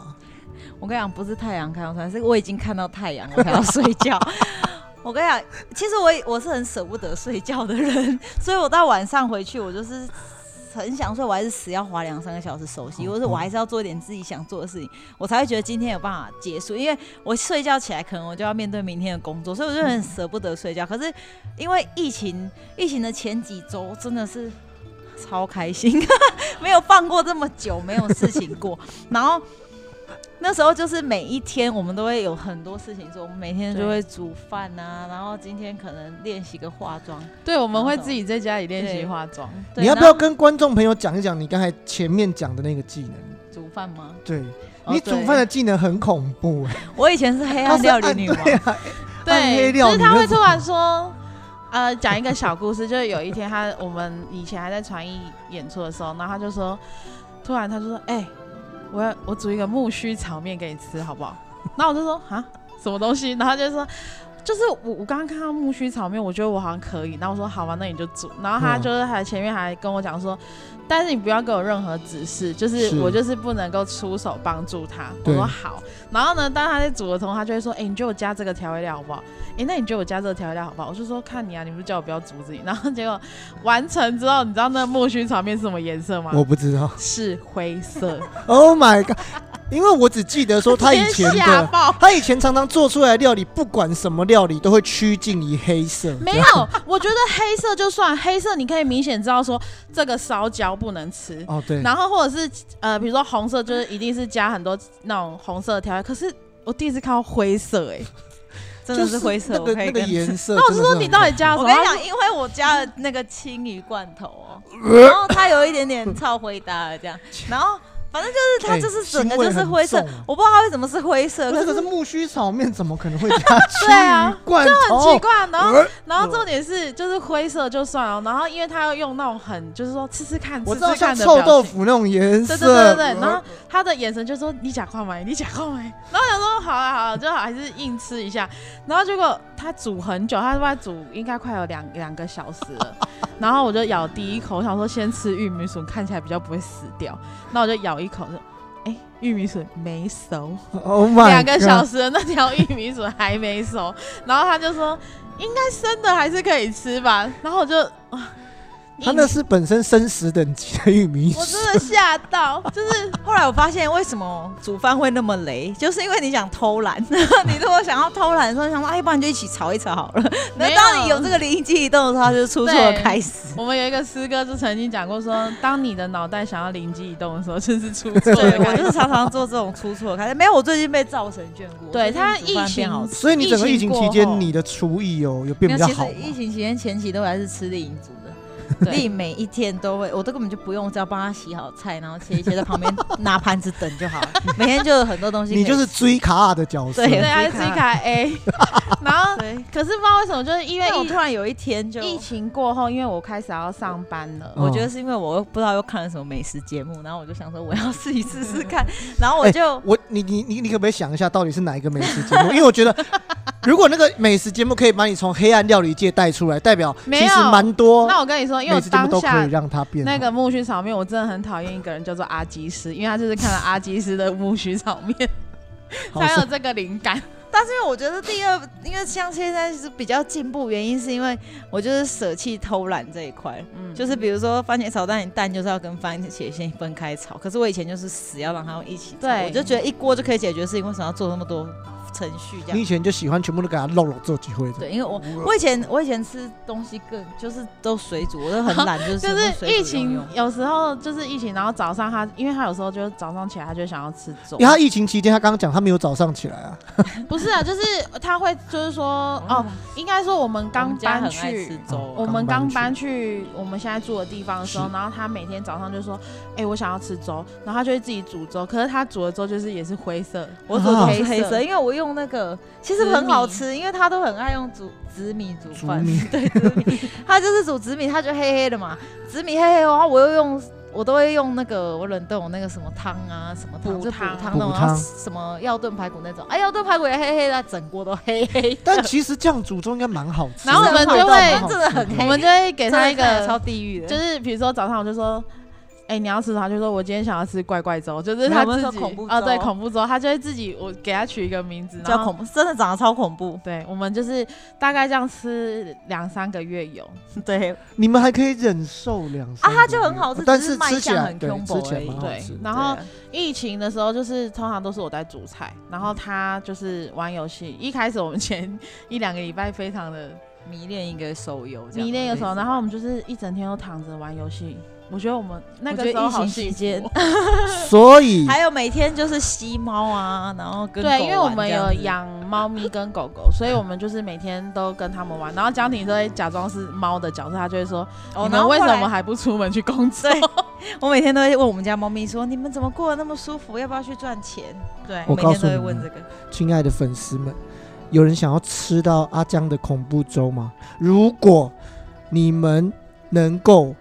[SPEAKER 3] 我跟你讲，不是太阳看到出来，是我已经看到太阳，我才要睡觉。 我跟你讲，其实我也我是很舍不得睡觉的人，所以我到晚上回去，我就是很想睡，我还是死要划两三个小时手机，
[SPEAKER 1] 好
[SPEAKER 3] 或者是我还是要做一点自己想做的事情，我才会觉得今天有办法结束。因为我睡觉起来，可能我就要面对明天的工作，所以我就很舍不得睡觉。可是因为疫情，疫情的前几周真的是超开心， 没有放过这么久没有事情过， 然后。那时候就是每一天我们都会有很多事情做，我们每天就会煮饭啊，然后今天可能练习个化妆。
[SPEAKER 2] 对，我们会自己在家里练习化妆，
[SPEAKER 3] 对
[SPEAKER 1] 你要不要
[SPEAKER 3] 然后
[SPEAKER 1] 跟观众朋友讲一讲你刚才前面讲的那个技能？
[SPEAKER 3] 煮饭吗？
[SPEAKER 1] 对
[SPEAKER 3] 哦
[SPEAKER 1] 你煮饭的技能很恐怖、欸，
[SPEAKER 3] 我以前是黑
[SPEAKER 1] 它
[SPEAKER 3] 暗
[SPEAKER 1] 是
[SPEAKER 3] 料理
[SPEAKER 1] 按
[SPEAKER 3] 女王，
[SPEAKER 1] 对啊，暗黑
[SPEAKER 2] 对，
[SPEAKER 1] 料
[SPEAKER 2] 就
[SPEAKER 1] 理
[SPEAKER 2] 是他会
[SPEAKER 1] 那种
[SPEAKER 2] 突然说，呃，讲一个小故事，就是有一天他我们以前还在传艺演出的时候，然后他就说，突然他就说，哎、我要我煮一个木须炒面给你吃，好不好？然后我就说啊，什么东西？然后他就说。就是我，我刚刚看到木须炒面，我觉得我好像可以。然后我说好吧，那你就煮。然后他
[SPEAKER 1] 嗯
[SPEAKER 2] 就是还前面还跟我讲说，但是你不要给我任何指示，就是
[SPEAKER 1] 是
[SPEAKER 2] 我就是不能够出手帮助他。我
[SPEAKER 1] 对
[SPEAKER 2] 说好。然后呢，当他在煮的时候，他就会说，哎、你觉得我加这个调味料好不好？哎、那你觉得我加这个调味料好不好？我就说看你啊，你不是叫我不要阻止你。然后结果完成之后，你知道那木须炒面是什么颜色吗？
[SPEAKER 1] 我不知道。
[SPEAKER 2] 是灰色。
[SPEAKER 1] Oh my god！因为我只记得说他以前
[SPEAKER 2] 直接吓
[SPEAKER 1] 的，
[SPEAKER 2] 爆。
[SPEAKER 1] 他以前常常做出来的料理，不管什么料理都会趋近于黑色。
[SPEAKER 2] 没有，我觉得黑色就算黑色，你可以明显知道说这个烧焦不能吃，
[SPEAKER 1] 哦，对，
[SPEAKER 2] 然后或者是呃，比如说红色就是一定是加很多那种红色的调味，可是我第一次看到灰色哎、
[SPEAKER 3] 真
[SPEAKER 1] 就
[SPEAKER 3] 的是灰色。
[SPEAKER 1] 那个
[SPEAKER 3] 我可
[SPEAKER 1] 那
[SPEAKER 3] 以
[SPEAKER 1] 个
[SPEAKER 3] 跟
[SPEAKER 1] 颜色。
[SPEAKER 2] 那我是说你到底加了
[SPEAKER 3] 我
[SPEAKER 2] 什
[SPEAKER 3] 跟你
[SPEAKER 2] 么？
[SPEAKER 3] 讲，因为我加
[SPEAKER 1] 呃
[SPEAKER 3] 了那个青鱼罐头哦，然后它有一点点超灰搭的这样，然后反正就是它
[SPEAKER 1] 哎
[SPEAKER 3] 就是整个就是灰色
[SPEAKER 1] 腥味很重，
[SPEAKER 3] 我不知道它为什么是灰色，
[SPEAKER 1] 那
[SPEAKER 3] 可
[SPEAKER 1] 可是
[SPEAKER 3] 是
[SPEAKER 1] 木须炒面怎么可能会加
[SPEAKER 2] 呃对啊
[SPEAKER 1] 青鱼罐
[SPEAKER 2] 很
[SPEAKER 1] 头？
[SPEAKER 2] 奇怪。然后，
[SPEAKER 1] 呃
[SPEAKER 2] 然后重点是就是灰色就算了，然后因为他要用那种很就是说吃吃看，
[SPEAKER 1] 我
[SPEAKER 2] 吃
[SPEAKER 1] 知道
[SPEAKER 2] 吃
[SPEAKER 1] 像
[SPEAKER 2] 看的
[SPEAKER 1] 臭
[SPEAKER 2] 表
[SPEAKER 1] 豆
[SPEAKER 2] 情。
[SPEAKER 1] 腐那种颜色，
[SPEAKER 2] 对对对对对，
[SPEAKER 1] 呃
[SPEAKER 2] 然后他的眼神就说你假话买， 你假话买，然后我想说好啊好啊，就好还是硬吃一下，然后结果他煮很久，他他煮应该快有两两个小时了， 然后我就咬第一口，我想说先吃玉米笋，看起来比较不会死掉，那我就咬一口就，哎、玉米笋没熟，
[SPEAKER 1] Oh my，
[SPEAKER 2] 两个小
[SPEAKER 1] 时，
[SPEAKER 2] 时
[SPEAKER 3] 嗯
[SPEAKER 2] 的那条玉米笋还没熟，然后他就说应该生的还是可以吃吧，然后我就啊，
[SPEAKER 1] 它那是本身生食等级的玉米
[SPEAKER 2] 我
[SPEAKER 1] 笋
[SPEAKER 2] 真的吓到， 就是
[SPEAKER 3] 后来我发现为什么煮饭会那么雷，就是因为你想偷懒。 你如果想要偷懒的时候，你想说，哎，不然就一起炒一炒好了。那
[SPEAKER 2] 没有
[SPEAKER 3] 当你有嗯这个灵机一动的时候，它就出错的
[SPEAKER 2] 对
[SPEAKER 3] 开始。
[SPEAKER 2] 我们有一个师哥就曾经讲过说，当你的脑袋想要灵机一动的时候，就是 出错的
[SPEAKER 3] 对，我
[SPEAKER 2] 感
[SPEAKER 3] 就是
[SPEAKER 2] 觉。
[SPEAKER 3] 常常做这种出错的开始。没有，我最近被造成眷顾。
[SPEAKER 2] 对他
[SPEAKER 3] 最近煮饭
[SPEAKER 2] 疫
[SPEAKER 3] 变好
[SPEAKER 2] 情
[SPEAKER 3] 吃
[SPEAKER 1] 所以你整个疫情期
[SPEAKER 2] 疫情过后
[SPEAKER 1] 间，你的厨艺哦有有变
[SPEAKER 3] 没
[SPEAKER 1] 比较
[SPEAKER 3] 有，其实
[SPEAKER 1] 好吗？
[SPEAKER 3] 疫情期间前期都还是吃丽颖煮的，
[SPEAKER 2] 对
[SPEAKER 3] 丽颖每一天都会，我都根本就不用，只要帮她洗好菜，然后切一切，在旁边拿盘子等就好 了。每天就有很多东西可以
[SPEAKER 1] 你
[SPEAKER 3] 吃。
[SPEAKER 1] 就是追卡尔的角色，哎
[SPEAKER 2] 对，
[SPEAKER 3] 对
[SPEAKER 2] 他是 G 卡 A，然后
[SPEAKER 3] 对。
[SPEAKER 2] 可是不知道为什么，就是因为
[SPEAKER 3] 但我突
[SPEAKER 2] 疫
[SPEAKER 3] 然有一天就，哦
[SPEAKER 2] 疫情过后，因为我开始要上班了，
[SPEAKER 1] 嗯
[SPEAKER 3] 我觉得是因为我又不知道又看了什么美食节目，然后我就想说我要 试一试试看，然后我就、
[SPEAKER 1] 我你你你你可不可以想一下，到底是哪一个美食节目？因为我觉得，如果那个美食节目可以把你从黑暗料理界带出来，代表
[SPEAKER 2] 没
[SPEAKER 1] 其
[SPEAKER 2] 有
[SPEAKER 1] 实蛮多
[SPEAKER 2] 那我跟你说，因为
[SPEAKER 1] 美
[SPEAKER 2] 我
[SPEAKER 1] 食节目
[SPEAKER 2] 当
[SPEAKER 1] 都可
[SPEAKER 2] 下
[SPEAKER 1] 以让它变好
[SPEAKER 2] 那个木须炒面，我真的很讨厌一个人叫做阿基师，因为他就是看了阿基师的木须炒面
[SPEAKER 1] 好
[SPEAKER 2] 才有
[SPEAKER 1] 是
[SPEAKER 2] 这个灵感。
[SPEAKER 3] 但是因为我觉得第二，因为像现在是比较进步，原因是因为我就是舍弃偷懒这一块，
[SPEAKER 2] 嗯，
[SPEAKER 3] 就是比如说番茄炒蛋，你蛋就是要跟番茄先分开炒。可是我以前就是死要让它们一起炒，
[SPEAKER 2] 对
[SPEAKER 3] 我就觉得一锅就可以解决事情，为什么要做那么多程序这
[SPEAKER 1] 你
[SPEAKER 3] 样
[SPEAKER 1] 以？前就喜欢全部都给它漏了做几回的，
[SPEAKER 3] 对，因为我我以前我以前吃东西更就是都水煮，我都很懒， 就是
[SPEAKER 2] 就
[SPEAKER 3] 用
[SPEAKER 2] 是
[SPEAKER 3] 水煮
[SPEAKER 2] 疫
[SPEAKER 3] 用
[SPEAKER 2] 情
[SPEAKER 3] 用
[SPEAKER 2] 有时候就是疫情，然后早上他，因为他有时候就是早上起来他就想要吃
[SPEAKER 1] 因
[SPEAKER 2] 粥
[SPEAKER 1] 为，他疫情期间，他刚刚讲他没有早上起来 啊，
[SPEAKER 2] 不是啊，就是他会就是说哦，应该说我们
[SPEAKER 3] 我
[SPEAKER 2] 刚
[SPEAKER 3] 们家
[SPEAKER 2] 搬
[SPEAKER 3] 很爱吃
[SPEAKER 2] 去。
[SPEAKER 3] 粥，哦
[SPEAKER 2] 我
[SPEAKER 1] 刚
[SPEAKER 2] 们
[SPEAKER 1] 搬
[SPEAKER 2] 刚
[SPEAKER 1] 去
[SPEAKER 2] 搬去我们现在住的地方的时候，
[SPEAKER 1] 是
[SPEAKER 2] 然后他每天早上就说：“哎、我想要吃粥。”然后他就会自己煮粥，可是他煮的粥就是也是灰色，
[SPEAKER 3] 我煮的是
[SPEAKER 2] 啊
[SPEAKER 3] 黑色，因为我用那个其实很好吃，因为他都很爱用紫紫米煮饭
[SPEAKER 1] 紫米，
[SPEAKER 3] 对紫米，他就是煮紫米，他就黑黑的嘛，紫米黑黑，然后我又用。我都会用那个我冷冻有那个什么汤啊，什么汤
[SPEAKER 2] 补
[SPEAKER 3] 就补
[SPEAKER 2] 汤
[SPEAKER 3] 汤那种，
[SPEAKER 1] 补
[SPEAKER 3] 然
[SPEAKER 1] 汤
[SPEAKER 3] 后什么药炖排骨那种，哎，药炖排骨也黑黑的，啊整锅都黑黑的，
[SPEAKER 1] 但其实这样煮粥应该蛮好吃的。
[SPEAKER 2] 然后我们就会
[SPEAKER 3] 真的很
[SPEAKER 2] 我
[SPEAKER 3] 黑，
[SPEAKER 2] 们就会给他一
[SPEAKER 3] 真的看起来
[SPEAKER 2] 个，
[SPEAKER 3] 超地狱的，
[SPEAKER 2] 就是比如说早上我就说。哎、你要吃什么？他就说我今天想要吃怪怪粥，就是
[SPEAKER 3] 没有
[SPEAKER 2] 他
[SPEAKER 3] 我们
[SPEAKER 2] 自
[SPEAKER 3] 说
[SPEAKER 2] 己
[SPEAKER 3] 恐怖
[SPEAKER 2] 哦，
[SPEAKER 3] 粥
[SPEAKER 2] 对，恐怖粥，他就会自己我给他取一个名字，然
[SPEAKER 3] 叫
[SPEAKER 2] 后
[SPEAKER 3] 恐怖，真的长得超恐怖，
[SPEAKER 2] 对，我们就是大概这样吃两三个月有，
[SPEAKER 3] 对，
[SPEAKER 1] 你们还可以忍受两三
[SPEAKER 3] 啊它
[SPEAKER 1] 个
[SPEAKER 3] 就很
[SPEAKER 1] 月哦
[SPEAKER 3] 好吃
[SPEAKER 1] 但
[SPEAKER 3] 只是
[SPEAKER 1] 是
[SPEAKER 3] 卖
[SPEAKER 1] 吃起
[SPEAKER 3] 相
[SPEAKER 1] 来
[SPEAKER 3] 很
[SPEAKER 1] 对
[SPEAKER 3] combo
[SPEAKER 1] 吃起来
[SPEAKER 3] 而已
[SPEAKER 1] 蛮好
[SPEAKER 2] 对
[SPEAKER 1] 吃的。
[SPEAKER 2] 然后疫情的时候，就是通常都是我在煮菜，然后他就是玩游戏。一开始我们前一两个礼拜非常的
[SPEAKER 3] 迷恋一个手游这样，
[SPEAKER 2] 迷恋的时候，
[SPEAKER 3] 类似
[SPEAKER 2] 然后我们就是一整天都躺着玩游戏。我觉得我们那
[SPEAKER 3] 我
[SPEAKER 2] 个
[SPEAKER 3] 觉
[SPEAKER 2] 时
[SPEAKER 3] 得
[SPEAKER 2] 候
[SPEAKER 3] 疫
[SPEAKER 2] 好
[SPEAKER 3] 情
[SPEAKER 2] 幸
[SPEAKER 3] 期
[SPEAKER 2] 福
[SPEAKER 3] 间
[SPEAKER 2] 哦，
[SPEAKER 1] 所以
[SPEAKER 3] 还有每天就是吸猫啊，然后跟
[SPEAKER 2] 对，
[SPEAKER 3] 狗
[SPEAKER 2] 因为我
[SPEAKER 3] 玩
[SPEAKER 2] 们
[SPEAKER 3] 这样
[SPEAKER 2] 有
[SPEAKER 3] 子，
[SPEAKER 2] 养猫咪跟狗狗，所以我们就是每天都跟他们玩。然后江婷都会假装是猫的角色，她就会说：“
[SPEAKER 3] 哦
[SPEAKER 2] 你
[SPEAKER 3] 然
[SPEAKER 2] 们
[SPEAKER 3] 后
[SPEAKER 2] 为
[SPEAKER 3] 后
[SPEAKER 2] 什
[SPEAKER 3] 来
[SPEAKER 2] 么还不出门去工作
[SPEAKER 3] 对 我每天都会问我们家猫咪说：“你们怎么过得那么舒服？要不要去赚钱？”对，
[SPEAKER 1] 我
[SPEAKER 3] 每
[SPEAKER 1] 告
[SPEAKER 3] 天
[SPEAKER 1] 诉
[SPEAKER 3] 都
[SPEAKER 1] 你
[SPEAKER 3] 会问
[SPEAKER 1] 们
[SPEAKER 3] 这个。
[SPEAKER 1] 亲爱的粉丝们，有人想要吃到阿江的恐怖粥吗？如果你们能够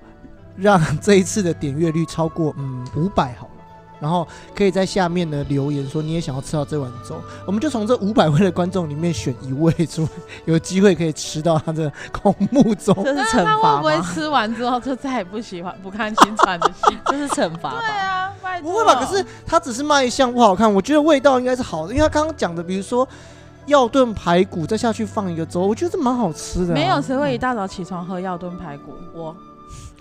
[SPEAKER 1] 让这一次的点阅率超过嗯五百好了，然后可以在下面呢留言说你也想要吃到这碗粥，我们就从这五百位的观众里面选一位出来，有机会可以吃到他的恐怖 粥。
[SPEAKER 3] 这是
[SPEAKER 2] 但
[SPEAKER 3] 惩
[SPEAKER 2] 是他会
[SPEAKER 3] 罚
[SPEAKER 2] 不会
[SPEAKER 3] 吗？
[SPEAKER 2] 吃完之后就再也不喜欢、不看新传的 戏？
[SPEAKER 3] 这是惩罚
[SPEAKER 2] 对
[SPEAKER 3] 吧？
[SPEAKER 2] 啊，拜
[SPEAKER 1] 不会吧？
[SPEAKER 2] 托
[SPEAKER 1] 可是它只是卖相不好看，我觉得味道应该是好的，因为他刚刚讲的，比如说药炖排骨，再下去放一个粥，我觉得这蛮好吃的啊、
[SPEAKER 2] 没有谁会一大早起床喝药炖排骨，我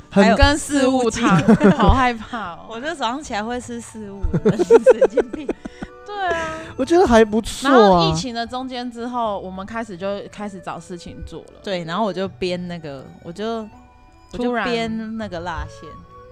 [SPEAKER 1] 很
[SPEAKER 3] 还有
[SPEAKER 2] 跟四物 汤， 好害怕哦。
[SPEAKER 3] 我就早上起来会吃四物的， 神经病。
[SPEAKER 2] 对啊，
[SPEAKER 1] 我觉得还不错
[SPEAKER 2] 然后
[SPEAKER 1] 啊
[SPEAKER 2] 疫。情的中间之后，我们开始就开始找事情做了。
[SPEAKER 3] 对，然后我就编那个，我就我
[SPEAKER 2] 突
[SPEAKER 3] 就
[SPEAKER 2] 然
[SPEAKER 3] 编那个蜡线。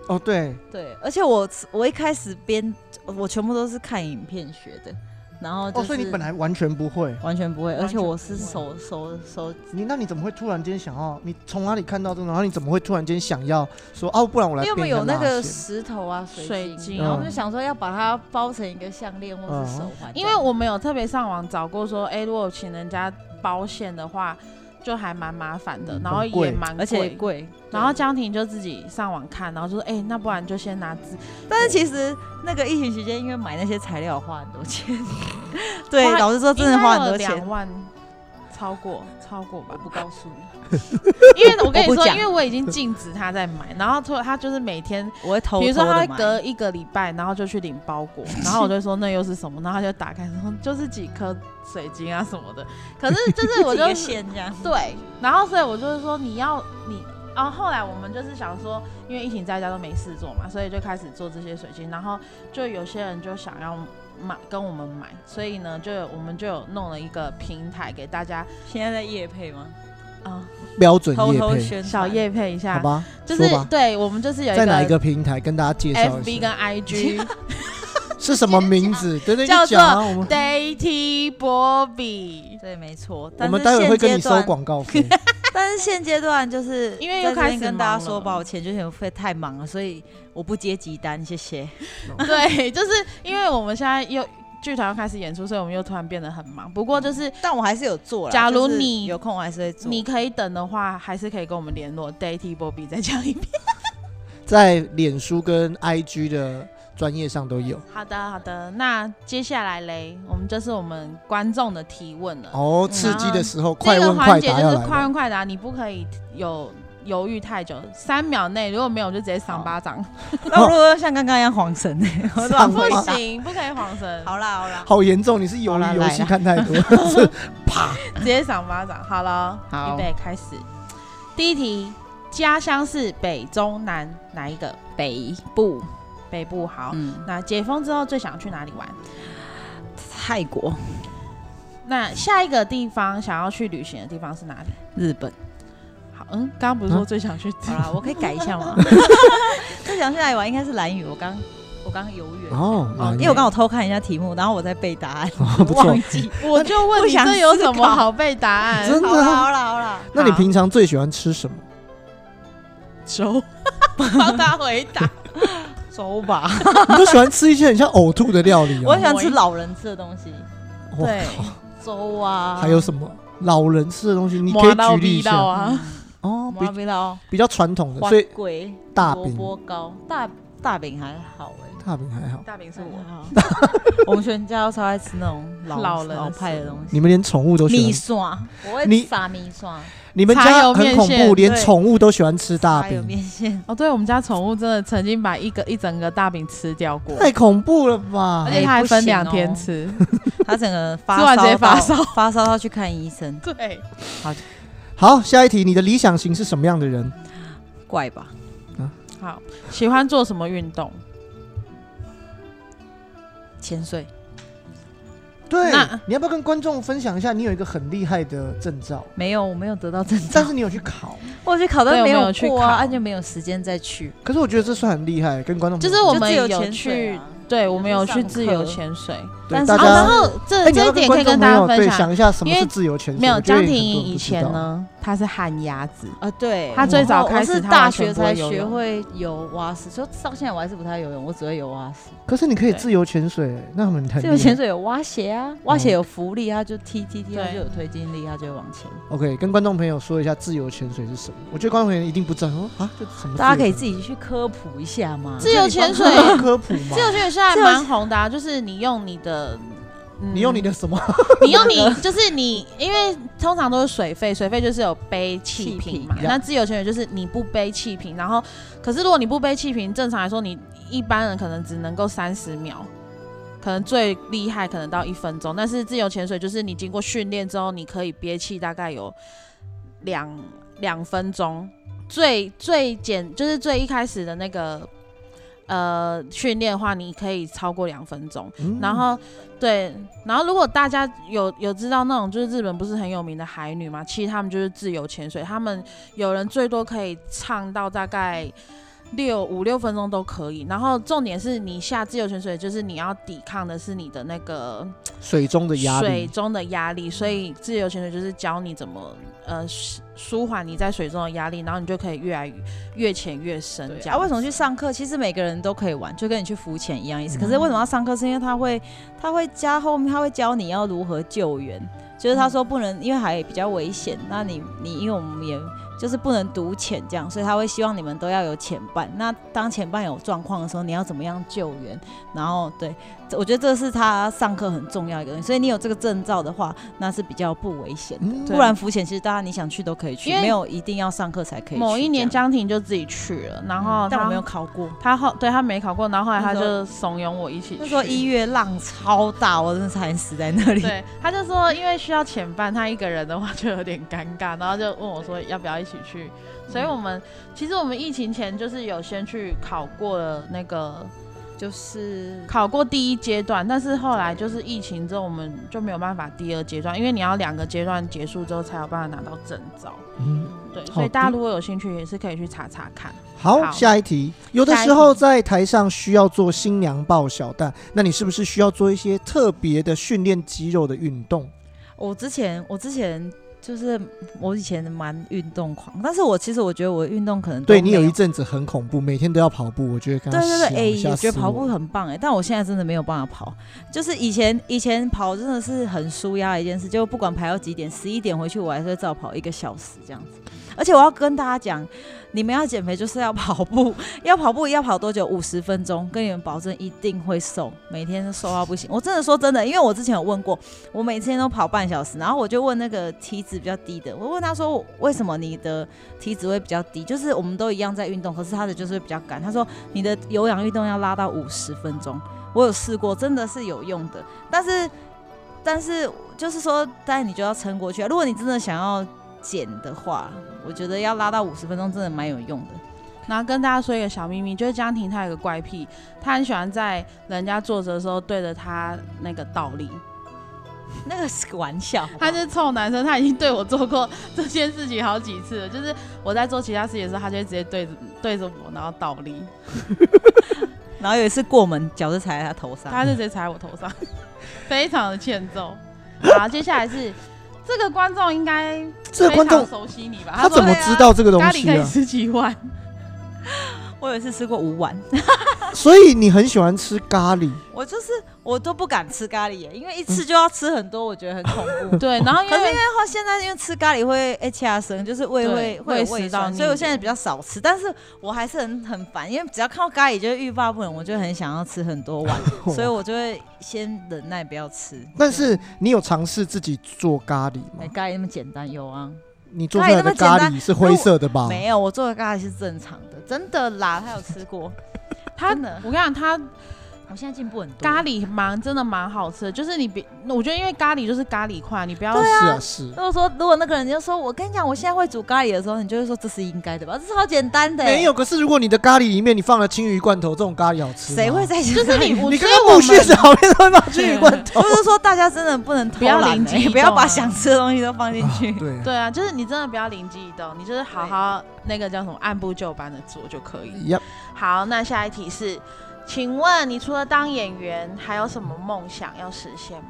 [SPEAKER 1] 哦，对，
[SPEAKER 3] 对，而且我我一开始编，我全部都是看影片学的。然后就
[SPEAKER 1] 哦，
[SPEAKER 3] 是、
[SPEAKER 1] 所以你本来完全不会，
[SPEAKER 3] 完全不会，而且
[SPEAKER 2] 完全
[SPEAKER 3] 我
[SPEAKER 2] 不
[SPEAKER 3] 是
[SPEAKER 2] 会
[SPEAKER 3] 手手手
[SPEAKER 1] 你那你怎么会突然间想要？你从哪里看到这个？然后你怎么会突然间想要说哦，不然我来
[SPEAKER 3] 因为我
[SPEAKER 1] 编
[SPEAKER 3] 们
[SPEAKER 1] 一个
[SPEAKER 3] 有那
[SPEAKER 1] 蜡
[SPEAKER 3] 个
[SPEAKER 1] 线
[SPEAKER 3] 石头啊、水
[SPEAKER 2] 水
[SPEAKER 3] 晶，
[SPEAKER 2] 晶
[SPEAKER 3] 然后我们
[SPEAKER 1] 嗯
[SPEAKER 3] 就想说要把它包成一个项链或是手啊环这样，
[SPEAKER 2] 因为我们有特别上网找过说，哎、如果请人家包线的话，就还蛮麻烦的，
[SPEAKER 1] 嗯
[SPEAKER 2] 然后
[SPEAKER 1] 很贵
[SPEAKER 2] 也蛮
[SPEAKER 5] 而且
[SPEAKER 2] 贵。
[SPEAKER 5] 贵，
[SPEAKER 2] 然后江婷就自己上网看，然后就说，哎、那不然就先拿
[SPEAKER 3] 哦
[SPEAKER 2] 纸，
[SPEAKER 3] 但是其实那个疫情期间，因为买那些材料花很多 钱，对，
[SPEAKER 2] 花
[SPEAKER 3] 老实说真的花很多
[SPEAKER 2] 两
[SPEAKER 3] 钱。
[SPEAKER 2] 万。超过超过吧
[SPEAKER 3] 我，不告诉你，
[SPEAKER 2] 因为我跟你
[SPEAKER 3] 我不
[SPEAKER 2] 说，
[SPEAKER 3] 讲
[SPEAKER 2] 因为我已经禁止他在买，然后突然他就是每天
[SPEAKER 3] 我会偷偷
[SPEAKER 2] 比如说他
[SPEAKER 3] 的
[SPEAKER 2] 会隔一个礼拜，然后就去领包 裹，然后我就说那又是什么，然后他就打开说就是几颗水晶啊什么的。可是就是我
[SPEAKER 3] 我
[SPEAKER 2] 就
[SPEAKER 3] 就是这样，
[SPEAKER 2] 对，然后所以我就是说你要你，然后后来我们就是想说，因为疫情在家都没事做嘛，所以就开始做这些水晶，然后就有些人就想要。买跟我们买，所以呢，就有我们就有弄了一个平台给大家
[SPEAKER 3] 现在在夜配吗？
[SPEAKER 2] 啊、
[SPEAKER 1] 标准
[SPEAKER 3] 偷
[SPEAKER 1] 业
[SPEAKER 3] 偷
[SPEAKER 1] 配，
[SPEAKER 3] 宣传
[SPEAKER 2] 小夜配一
[SPEAKER 1] 好
[SPEAKER 2] 下，
[SPEAKER 1] 吧？
[SPEAKER 2] 就
[SPEAKER 1] 说
[SPEAKER 2] 是
[SPEAKER 1] 吧，
[SPEAKER 2] 对我们就是有
[SPEAKER 1] 在哪一个平台跟大家介绍
[SPEAKER 2] FB
[SPEAKER 1] 一
[SPEAKER 2] 跟
[SPEAKER 1] 下？
[SPEAKER 2] IG，
[SPEAKER 1] 是什么名字？对对，
[SPEAKER 2] 叫
[SPEAKER 1] 就讲啊，我们
[SPEAKER 2] Dainty Bobby，
[SPEAKER 3] 对，没错。
[SPEAKER 1] 我
[SPEAKER 3] 但
[SPEAKER 1] 们
[SPEAKER 3] 是
[SPEAKER 1] 待会会
[SPEAKER 3] 现
[SPEAKER 1] 跟
[SPEAKER 3] 阶
[SPEAKER 1] 你收
[SPEAKER 3] 段，
[SPEAKER 1] 广告费。
[SPEAKER 3] 但是现阶段就是
[SPEAKER 2] 因为又
[SPEAKER 3] 在这边
[SPEAKER 2] 开始
[SPEAKER 3] 跟大
[SPEAKER 2] 忙
[SPEAKER 3] 家说
[SPEAKER 2] 了
[SPEAKER 3] 吧，我前之前会太忙了，所以我不接急单，谢谢。
[SPEAKER 2] 对，就是因为我们现在又剧团要开始演出，所以我们又突然变得很忙。不过就是
[SPEAKER 3] 但我还是有做啦。
[SPEAKER 2] 假如
[SPEAKER 3] 就是
[SPEAKER 2] 你
[SPEAKER 3] 有空，我还是会做。
[SPEAKER 2] 你可以等的话，还是可以跟我们联络 Dainty Bobby 再讲一遍。
[SPEAKER 1] 在脸书跟 IG 的专业上都有。
[SPEAKER 2] 好的，好的，那接下来嘞，我们就是我们观众的提问了。
[SPEAKER 1] 哦，
[SPEAKER 3] 嗯
[SPEAKER 1] 刺激的时候快
[SPEAKER 2] 这个
[SPEAKER 1] 问快
[SPEAKER 2] 环节
[SPEAKER 1] 答
[SPEAKER 2] 就
[SPEAKER 1] 要
[SPEAKER 2] 是
[SPEAKER 1] 来
[SPEAKER 2] 快
[SPEAKER 1] 了。
[SPEAKER 2] 问快答，你不可以有犹豫太久，三秒内如果没有就直接赏巴 掌，
[SPEAKER 3] 那我如果像刚刚一样晃神呢？我
[SPEAKER 1] 上
[SPEAKER 3] 乱
[SPEAKER 2] 不
[SPEAKER 3] 回答。
[SPEAKER 2] 行，不可以晃神。
[SPEAKER 3] 好啦好啦，
[SPEAKER 1] 好严重，你是由
[SPEAKER 3] 好啦
[SPEAKER 1] 于游
[SPEAKER 3] 来
[SPEAKER 1] 戏
[SPEAKER 3] 啦
[SPEAKER 1] 看太多， 是
[SPEAKER 2] 直接赏巴掌。好了，
[SPEAKER 3] 好
[SPEAKER 2] 预备开始。第一题，家乡是北中南哪一个？
[SPEAKER 3] 北部，
[SPEAKER 2] 北部好。
[SPEAKER 3] 嗯，
[SPEAKER 2] 那解封之后最想去哪里玩？
[SPEAKER 3] 泰国、
[SPEAKER 2] 那下一个地方想要去旅行的地方是哪里？
[SPEAKER 3] 日本。
[SPEAKER 2] 好，嗯，刚刚不是说最想去？
[SPEAKER 3] 好 啦，我可以改 一 下吗？最想去哪里玩应该是蓝屿，我刚我刚犹豫，
[SPEAKER 1] 哦，
[SPEAKER 2] 哦
[SPEAKER 1] 蛮
[SPEAKER 3] 因为我刚好偷看一下题目，然后我在背答 案，
[SPEAKER 1] 哦不错
[SPEAKER 3] 忘。记。
[SPEAKER 2] 我就问
[SPEAKER 3] 不
[SPEAKER 2] 你，
[SPEAKER 3] 想
[SPEAKER 2] 这有什
[SPEAKER 3] 思
[SPEAKER 2] 么
[SPEAKER 3] 考
[SPEAKER 2] 好背答案？
[SPEAKER 1] 真的
[SPEAKER 3] 好啦
[SPEAKER 1] 啊？
[SPEAKER 3] 好啦好啦，
[SPEAKER 1] 那你平常最喜欢吃什么？
[SPEAKER 2] 轴，帮他回 答。
[SPEAKER 1] 啊
[SPEAKER 3] 粥吧，
[SPEAKER 1] 你都喜欢吃一些很像呕吐的料理
[SPEAKER 3] 我
[SPEAKER 1] 哦
[SPEAKER 3] 喜。欢吃老人吃的东西，
[SPEAKER 1] 哇
[SPEAKER 2] 对，
[SPEAKER 3] 粥啊，
[SPEAKER 1] 还有什么老人吃的东西？你可以举例一
[SPEAKER 2] 麻辣味道
[SPEAKER 1] 下。
[SPEAKER 2] 啊，
[SPEAKER 1] 哦，
[SPEAKER 3] 麻
[SPEAKER 1] 比
[SPEAKER 3] 味道、
[SPEAKER 1] 比较传统的，
[SPEAKER 3] 花
[SPEAKER 1] 所以
[SPEAKER 3] 龟、
[SPEAKER 1] 大
[SPEAKER 3] 萝
[SPEAKER 1] 饼
[SPEAKER 3] 卜糕、大大饼还好哎。
[SPEAKER 1] 大饼还好。
[SPEAKER 2] 大饼是
[SPEAKER 3] 是我
[SPEAKER 2] 我。，
[SPEAKER 3] 我们全家都超爱吃那种老
[SPEAKER 2] 老人
[SPEAKER 3] 老派的东西，
[SPEAKER 1] 你们连宠物都喜欢，
[SPEAKER 3] 米线，我
[SPEAKER 1] 你
[SPEAKER 3] 会撒米线，
[SPEAKER 1] 你们
[SPEAKER 2] 茶
[SPEAKER 1] 家
[SPEAKER 2] 油面
[SPEAKER 1] 很恐
[SPEAKER 2] 线
[SPEAKER 1] 怖，连
[SPEAKER 3] 对
[SPEAKER 1] 宠物都喜欢吃大
[SPEAKER 3] 还有
[SPEAKER 1] 饼，
[SPEAKER 3] 面线，
[SPEAKER 2] 哦，对，我们家宠物真的曾经把一个一整个大饼吃掉过，
[SPEAKER 1] 太恐怖了吧
[SPEAKER 2] 而？且它还分两天吃。
[SPEAKER 1] 哎
[SPEAKER 3] 他整个发
[SPEAKER 2] 吃完
[SPEAKER 3] 烧
[SPEAKER 2] 直接发
[SPEAKER 3] 到
[SPEAKER 2] 烧
[SPEAKER 3] 发烧到去看医生，
[SPEAKER 1] 哦
[SPEAKER 2] 对，
[SPEAKER 1] 好，下一题，你的理想型是什么样的人？
[SPEAKER 3] 怪吧？
[SPEAKER 2] 好，喜欢做什么运动？
[SPEAKER 3] 潜水，
[SPEAKER 1] 对
[SPEAKER 2] 那，
[SPEAKER 1] 你要不要跟观众分享一下？你有一个很厉害的证照，
[SPEAKER 3] 没有，我没有得到证照
[SPEAKER 1] 但，是你有去考，
[SPEAKER 3] 我去考，
[SPEAKER 2] 对
[SPEAKER 3] 但没
[SPEAKER 2] 我没有去
[SPEAKER 3] 过啊，
[SPEAKER 2] 考
[SPEAKER 3] 啊就没有时间再去。
[SPEAKER 1] 可是我觉得这算很厉害，跟观众朋友
[SPEAKER 2] 就是我
[SPEAKER 3] 就
[SPEAKER 2] 们
[SPEAKER 3] 自由
[SPEAKER 2] 有
[SPEAKER 3] 潜水
[SPEAKER 2] 去
[SPEAKER 3] 啊，
[SPEAKER 2] 对，我们有去
[SPEAKER 3] 上
[SPEAKER 2] 自由
[SPEAKER 3] 课
[SPEAKER 2] 潜水。
[SPEAKER 1] 对
[SPEAKER 3] 但是
[SPEAKER 1] 大
[SPEAKER 2] 啊，
[SPEAKER 3] 哦
[SPEAKER 2] 然
[SPEAKER 1] 家。
[SPEAKER 2] 后这
[SPEAKER 1] 哎你要
[SPEAKER 2] 这
[SPEAKER 1] 不
[SPEAKER 2] 一
[SPEAKER 1] 要
[SPEAKER 2] 点可以跟大
[SPEAKER 1] 观众朋友
[SPEAKER 2] 家分
[SPEAKER 1] 对
[SPEAKER 2] 享
[SPEAKER 1] 讲。一下什么
[SPEAKER 2] 因
[SPEAKER 1] 是
[SPEAKER 2] 为
[SPEAKER 1] 自由潜水。
[SPEAKER 2] 没有
[SPEAKER 1] 我觉得
[SPEAKER 2] 江
[SPEAKER 1] 也很多人
[SPEAKER 2] 婷莹以
[SPEAKER 1] 不知道
[SPEAKER 2] 前？呢，她是旱鸭子，
[SPEAKER 3] 啊，对，
[SPEAKER 2] 他最早开始
[SPEAKER 3] 我是
[SPEAKER 2] 他
[SPEAKER 3] 大
[SPEAKER 2] 完全
[SPEAKER 3] 学
[SPEAKER 2] 不会
[SPEAKER 3] 才
[SPEAKER 2] 游
[SPEAKER 3] 学
[SPEAKER 2] 泳
[SPEAKER 3] 会游蛙式，所以到现在我还是不太游泳，我只会游蛙式。
[SPEAKER 1] 可是你可以
[SPEAKER 2] 对
[SPEAKER 1] 自由潜水，那很很
[SPEAKER 3] 自由潜
[SPEAKER 1] 水。
[SPEAKER 3] 水有蛙鞋
[SPEAKER 2] 嗯
[SPEAKER 3] 啊，蛙鞋有浮力，它就踢踢踢，它就有推进力，它就会往前。
[SPEAKER 1] OK，跟观众朋友说一下自由潜水是什么。我觉得观众朋友一定不知道哦啊，这什么？
[SPEAKER 3] 大家可以自己去科普一下嘛。
[SPEAKER 2] 自由潜水
[SPEAKER 1] 这你帮哦科普嘛
[SPEAKER 2] 自？由潜水现在
[SPEAKER 3] 自由
[SPEAKER 2] 蛮红的、啊，就是你用你的。嗯
[SPEAKER 1] 你用你，的什么？
[SPEAKER 2] 你用你，就是你，因为通常都是水费，水费就是有背气
[SPEAKER 3] 气
[SPEAKER 2] 瓶
[SPEAKER 3] 瓶
[SPEAKER 2] 嘛。
[SPEAKER 1] 呀
[SPEAKER 2] 那自由潜水就是你不背气瓶，然后，可是如果你不背气瓶，正常来说，你一般人可能只能够三十秒，可能最厉害可能到一分钟。但是自由潜水就是你经过训练之后，你可以憋气大概有两两分钟，最最简就是最一开始的那个呃训练的话，你可以超过两分钟。
[SPEAKER 1] 嗯
[SPEAKER 2] 然后对，然后如果大家有有知道那种就是日本不是很有名的海女嘛，其实他们就是自由潜水，他们有人最多可以唱到大概。六五六分钟都可以。然后重点是你下自由潜水，就是你要抵抗的是你的那个
[SPEAKER 1] 水中的压
[SPEAKER 2] 水
[SPEAKER 1] 力，
[SPEAKER 2] 中的压力，所以自由潜水就是教你怎么呃舒舒缓你在水中的压力，然后你就可以越来越越潜越深
[SPEAKER 3] 对
[SPEAKER 2] 这样。
[SPEAKER 3] 啊，为什么去？上课？其实每个人都可以玩，就跟你去浮潜一样意思。可是
[SPEAKER 2] 嗯
[SPEAKER 3] 为什么要上课？是因为他会，他会加后面，他会教你要如何救援。就是
[SPEAKER 2] 嗯
[SPEAKER 3] 他说不能，因为海比较危险，那你你因为我们也就是不能独潜这样，所以他会希望你们都要有潜伴。那当潜伴有状况的时候，你要怎么样救援？然后对，这我觉得这是他上课很重要一个东西。所以你有这个证照的话，那是比较不危险。
[SPEAKER 1] 嗯
[SPEAKER 3] 不然浮潜其实大家你想去都可以去，
[SPEAKER 2] 因为
[SPEAKER 3] 没有一定要上课才可以去这样。
[SPEAKER 2] 某一年江婷就自己去了，然后
[SPEAKER 3] 嗯但我
[SPEAKER 2] 他
[SPEAKER 3] 没有考过。
[SPEAKER 2] 他后对他没考过，然后后来他
[SPEAKER 3] 那时候
[SPEAKER 2] 就怂恿我一起去。
[SPEAKER 3] 那时候一月浪超大，我真的差点死在那里。
[SPEAKER 2] 对，他就说因为需要前伴，他一个人的话就有点尴尬，然后就问我说要不要一起去。所以我们、其实我们疫情前就是有先去考过了那个
[SPEAKER 3] 就是
[SPEAKER 2] 考过第一阶段，但是后来就是疫情之后，我们就没有办法第二阶段，因为你要两个阶段结束之后才有办法拿到证照。
[SPEAKER 1] 嗯
[SPEAKER 2] 对，
[SPEAKER 1] 好
[SPEAKER 2] 所以大家
[SPEAKER 1] 的
[SPEAKER 2] 如果有兴趣，也是可以去查查看。
[SPEAKER 1] 好，
[SPEAKER 2] 好
[SPEAKER 1] 下一题。有的
[SPEAKER 2] 下一
[SPEAKER 1] 时候
[SPEAKER 2] 题
[SPEAKER 1] 在台上需要做新娘抱小蛋，那你是不是需要做一些特别的训练肌肉的运动？
[SPEAKER 3] 我之前，我之前就是我以前蛮运动狂，但是我其实我觉得我运动可能都
[SPEAKER 1] 对你有
[SPEAKER 3] 没
[SPEAKER 1] 一阵子很恐怖，每天都要跑步，我觉得刚
[SPEAKER 3] 对
[SPEAKER 1] 刚
[SPEAKER 3] 对对，哎、
[SPEAKER 1] 吓
[SPEAKER 3] 我觉
[SPEAKER 1] 死
[SPEAKER 3] 得跑
[SPEAKER 1] 我
[SPEAKER 3] 步很棒哎、但我现在真的没有办法跑。就是以前以前跑真的是很舒压的一件事，就不管排到几点，十一点回去我还是会照跑一个小时这样子。而且我要跟大家讲，你们要减肥就是要跑步，要跑步要跑多久？五十分钟，跟你们保证一定会瘦，每天都瘦到不行。我真的说真的，因为我之前有问过，我每天都跑半小时，然后我就问那个体脂比较低的，我问他说为什么你的体脂会比较低？就是我们都一样在运动，可是他的就是会比较赶。他说你的有氧运动要拉到五十分钟，我有试过，真的是有用的。但是，但是就是说，但你就要撑过去啊。如果你真的想要减的话，我觉得要拉到五十分钟真的蛮有用的。
[SPEAKER 2] 然后跟大家说一个小秘密，就是江婷她有个怪癖，她很喜欢在人家坐着的时候对着她那个倒立。
[SPEAKER 3] 那个是个玩笑，
[SPEAKER 2] 她是臭男生，她已经对我做过这件事情好几次了。就是我在做其他事情的时候，她就会直接对着对着我，然后倒 立，
[SPEAKER 3] 然后有一次过门，脚就踩在他头上。
[SPEAKER 2] 她就直接踩在我头 上，非常的欠揍。好，接下来是这个观众应该
[SPEAKER 1] 这个观
[SPEAKER 2] 非
[SPEAKER 1] 众
[SPEAKER 2] 常熟悉你吧？
[SPEAKER 1] 他
[SPEAKER 2] 说
[SPEAKER 1] 怎么
[SPEAKER 2] 对啊
[SPEAKER 1] 知道这个东
[SPEAKER 2] 咖喱
[SPEAKER 1] 西
[SPEAKER 2] 可以
[SPEAKER 1] 啊？
[SPEAKER 2] 吃几碗？
[SPEAKER 3] 我有一次吃过五碗，
[SPEAKER 1] 所以你很喜欢吃咖喱，
[SPEAKER 3] 我就是我都不敢吃咖喱耶，因为一吃就要吃很多，我觉得很恐怖。
[SPEAKER 2] 对，然后因
[SPEAKER 3] 可是因
[SPEAKER 2] 为
[SPEAKER 3] 为后现在因为吃咖喱会 H R 生，就是胃会
[SPEAKER 2] 对
[SPEAKER 3] 会有
[SPEAKER 2] 胃
[SPEAKER 3] 胃
[SPEAKER 2] 食道
[SPEAKER 3] 酸，
[SPEAKER 2] 逆
[SPEAKER 3] 所以我
[SPEAKER 2] 流
[SPEAKER 3] 现在比较少吃，但是我还是很很烦，因为只要看到咖喱就会欲罢不能，我就很想要吃很多碗，所 以我就会先忍耐不要吃。
[SPEAKER 1] 但是你有尝试自己做咖喱
[SPEAKER 3] 没
[SPEAKER 1] 吗？
[SPEAKER 3] 哎咖喱那么简单有啊？
[SPEAKER 1] 你做出来的咖
[SPEAKER 3] 咖喱那么简
[SPEAKER 1] 喱
[SPEAKER 3] 单
[SPEAKER 1] 是灰色的吧？
[SPEAKER 3] 没有，我做的咖喱是正常的，真的啦，他有吃 过。
[SPEAKER 2] 他
[SPEAKER 3] 真的
[SPEAKER 2] 我跟你讲，他
[SPEAKER 3] 我现在进步很多。
[SPEAKER 2] 咖，喱蛮真的蛮好吃的，就是你别，我觉得因为咖喱就是咖喱块，你不要
[SPEAKER 1] 是啊是
[SPEAKER 3] 如。果说如果那个人就说我跟你讲，我现在会煮咖喱的时候，你就会说这是应该的吧？这超简单的、
[SPEAKER 1] 没，有，可是如果你的咖喱里面你放了青鱼罐头，这种咖喱好吃吗
[SPEAKER 3] 谁会？在就
[SPEAKER 2] 就是 你，我
[SPEAKER 1] 你
[SPEAKER 2] 所
[SPEAKER 1] 跟
[SPEAKER 2] 以
[SPEAKER 1] 个
[SPEAKER 2] 我
[SPEAKER 1] 木
[SPEAKER 2] 们
[SPEAKER 1] 屑炒面都会放青鱼罐头
[SPEAKER 3] 不。是说大家真的不能偷
[SPEAKER 2] 不要
[SPEAKER 3] 懒
[SPEAKER 2] 灵
[SPEAKER 3] 欸
[SPEAKER 2] 机一
[SPEAKER 3] 不要
[SPEAKER 2] 动
[SPEAKER 3] 把
[SPEAKER 2] 啊
[SPEAKER 3] 想吃的东西都放进 去。
[SPEAKER 1] 啊对，
[SPEAKER 2] 对啊，就是你真的不要灵机一动，你就是好好那个叫什么按部就班的做就可
[SPEAKER 3] 嗯
[SPEAKER 2] 以。
[SPEAKER 1] 呀，
[SPEAKER 2] 好，那下一题是，请问你除了当演员，还有什么梦想要实现吗？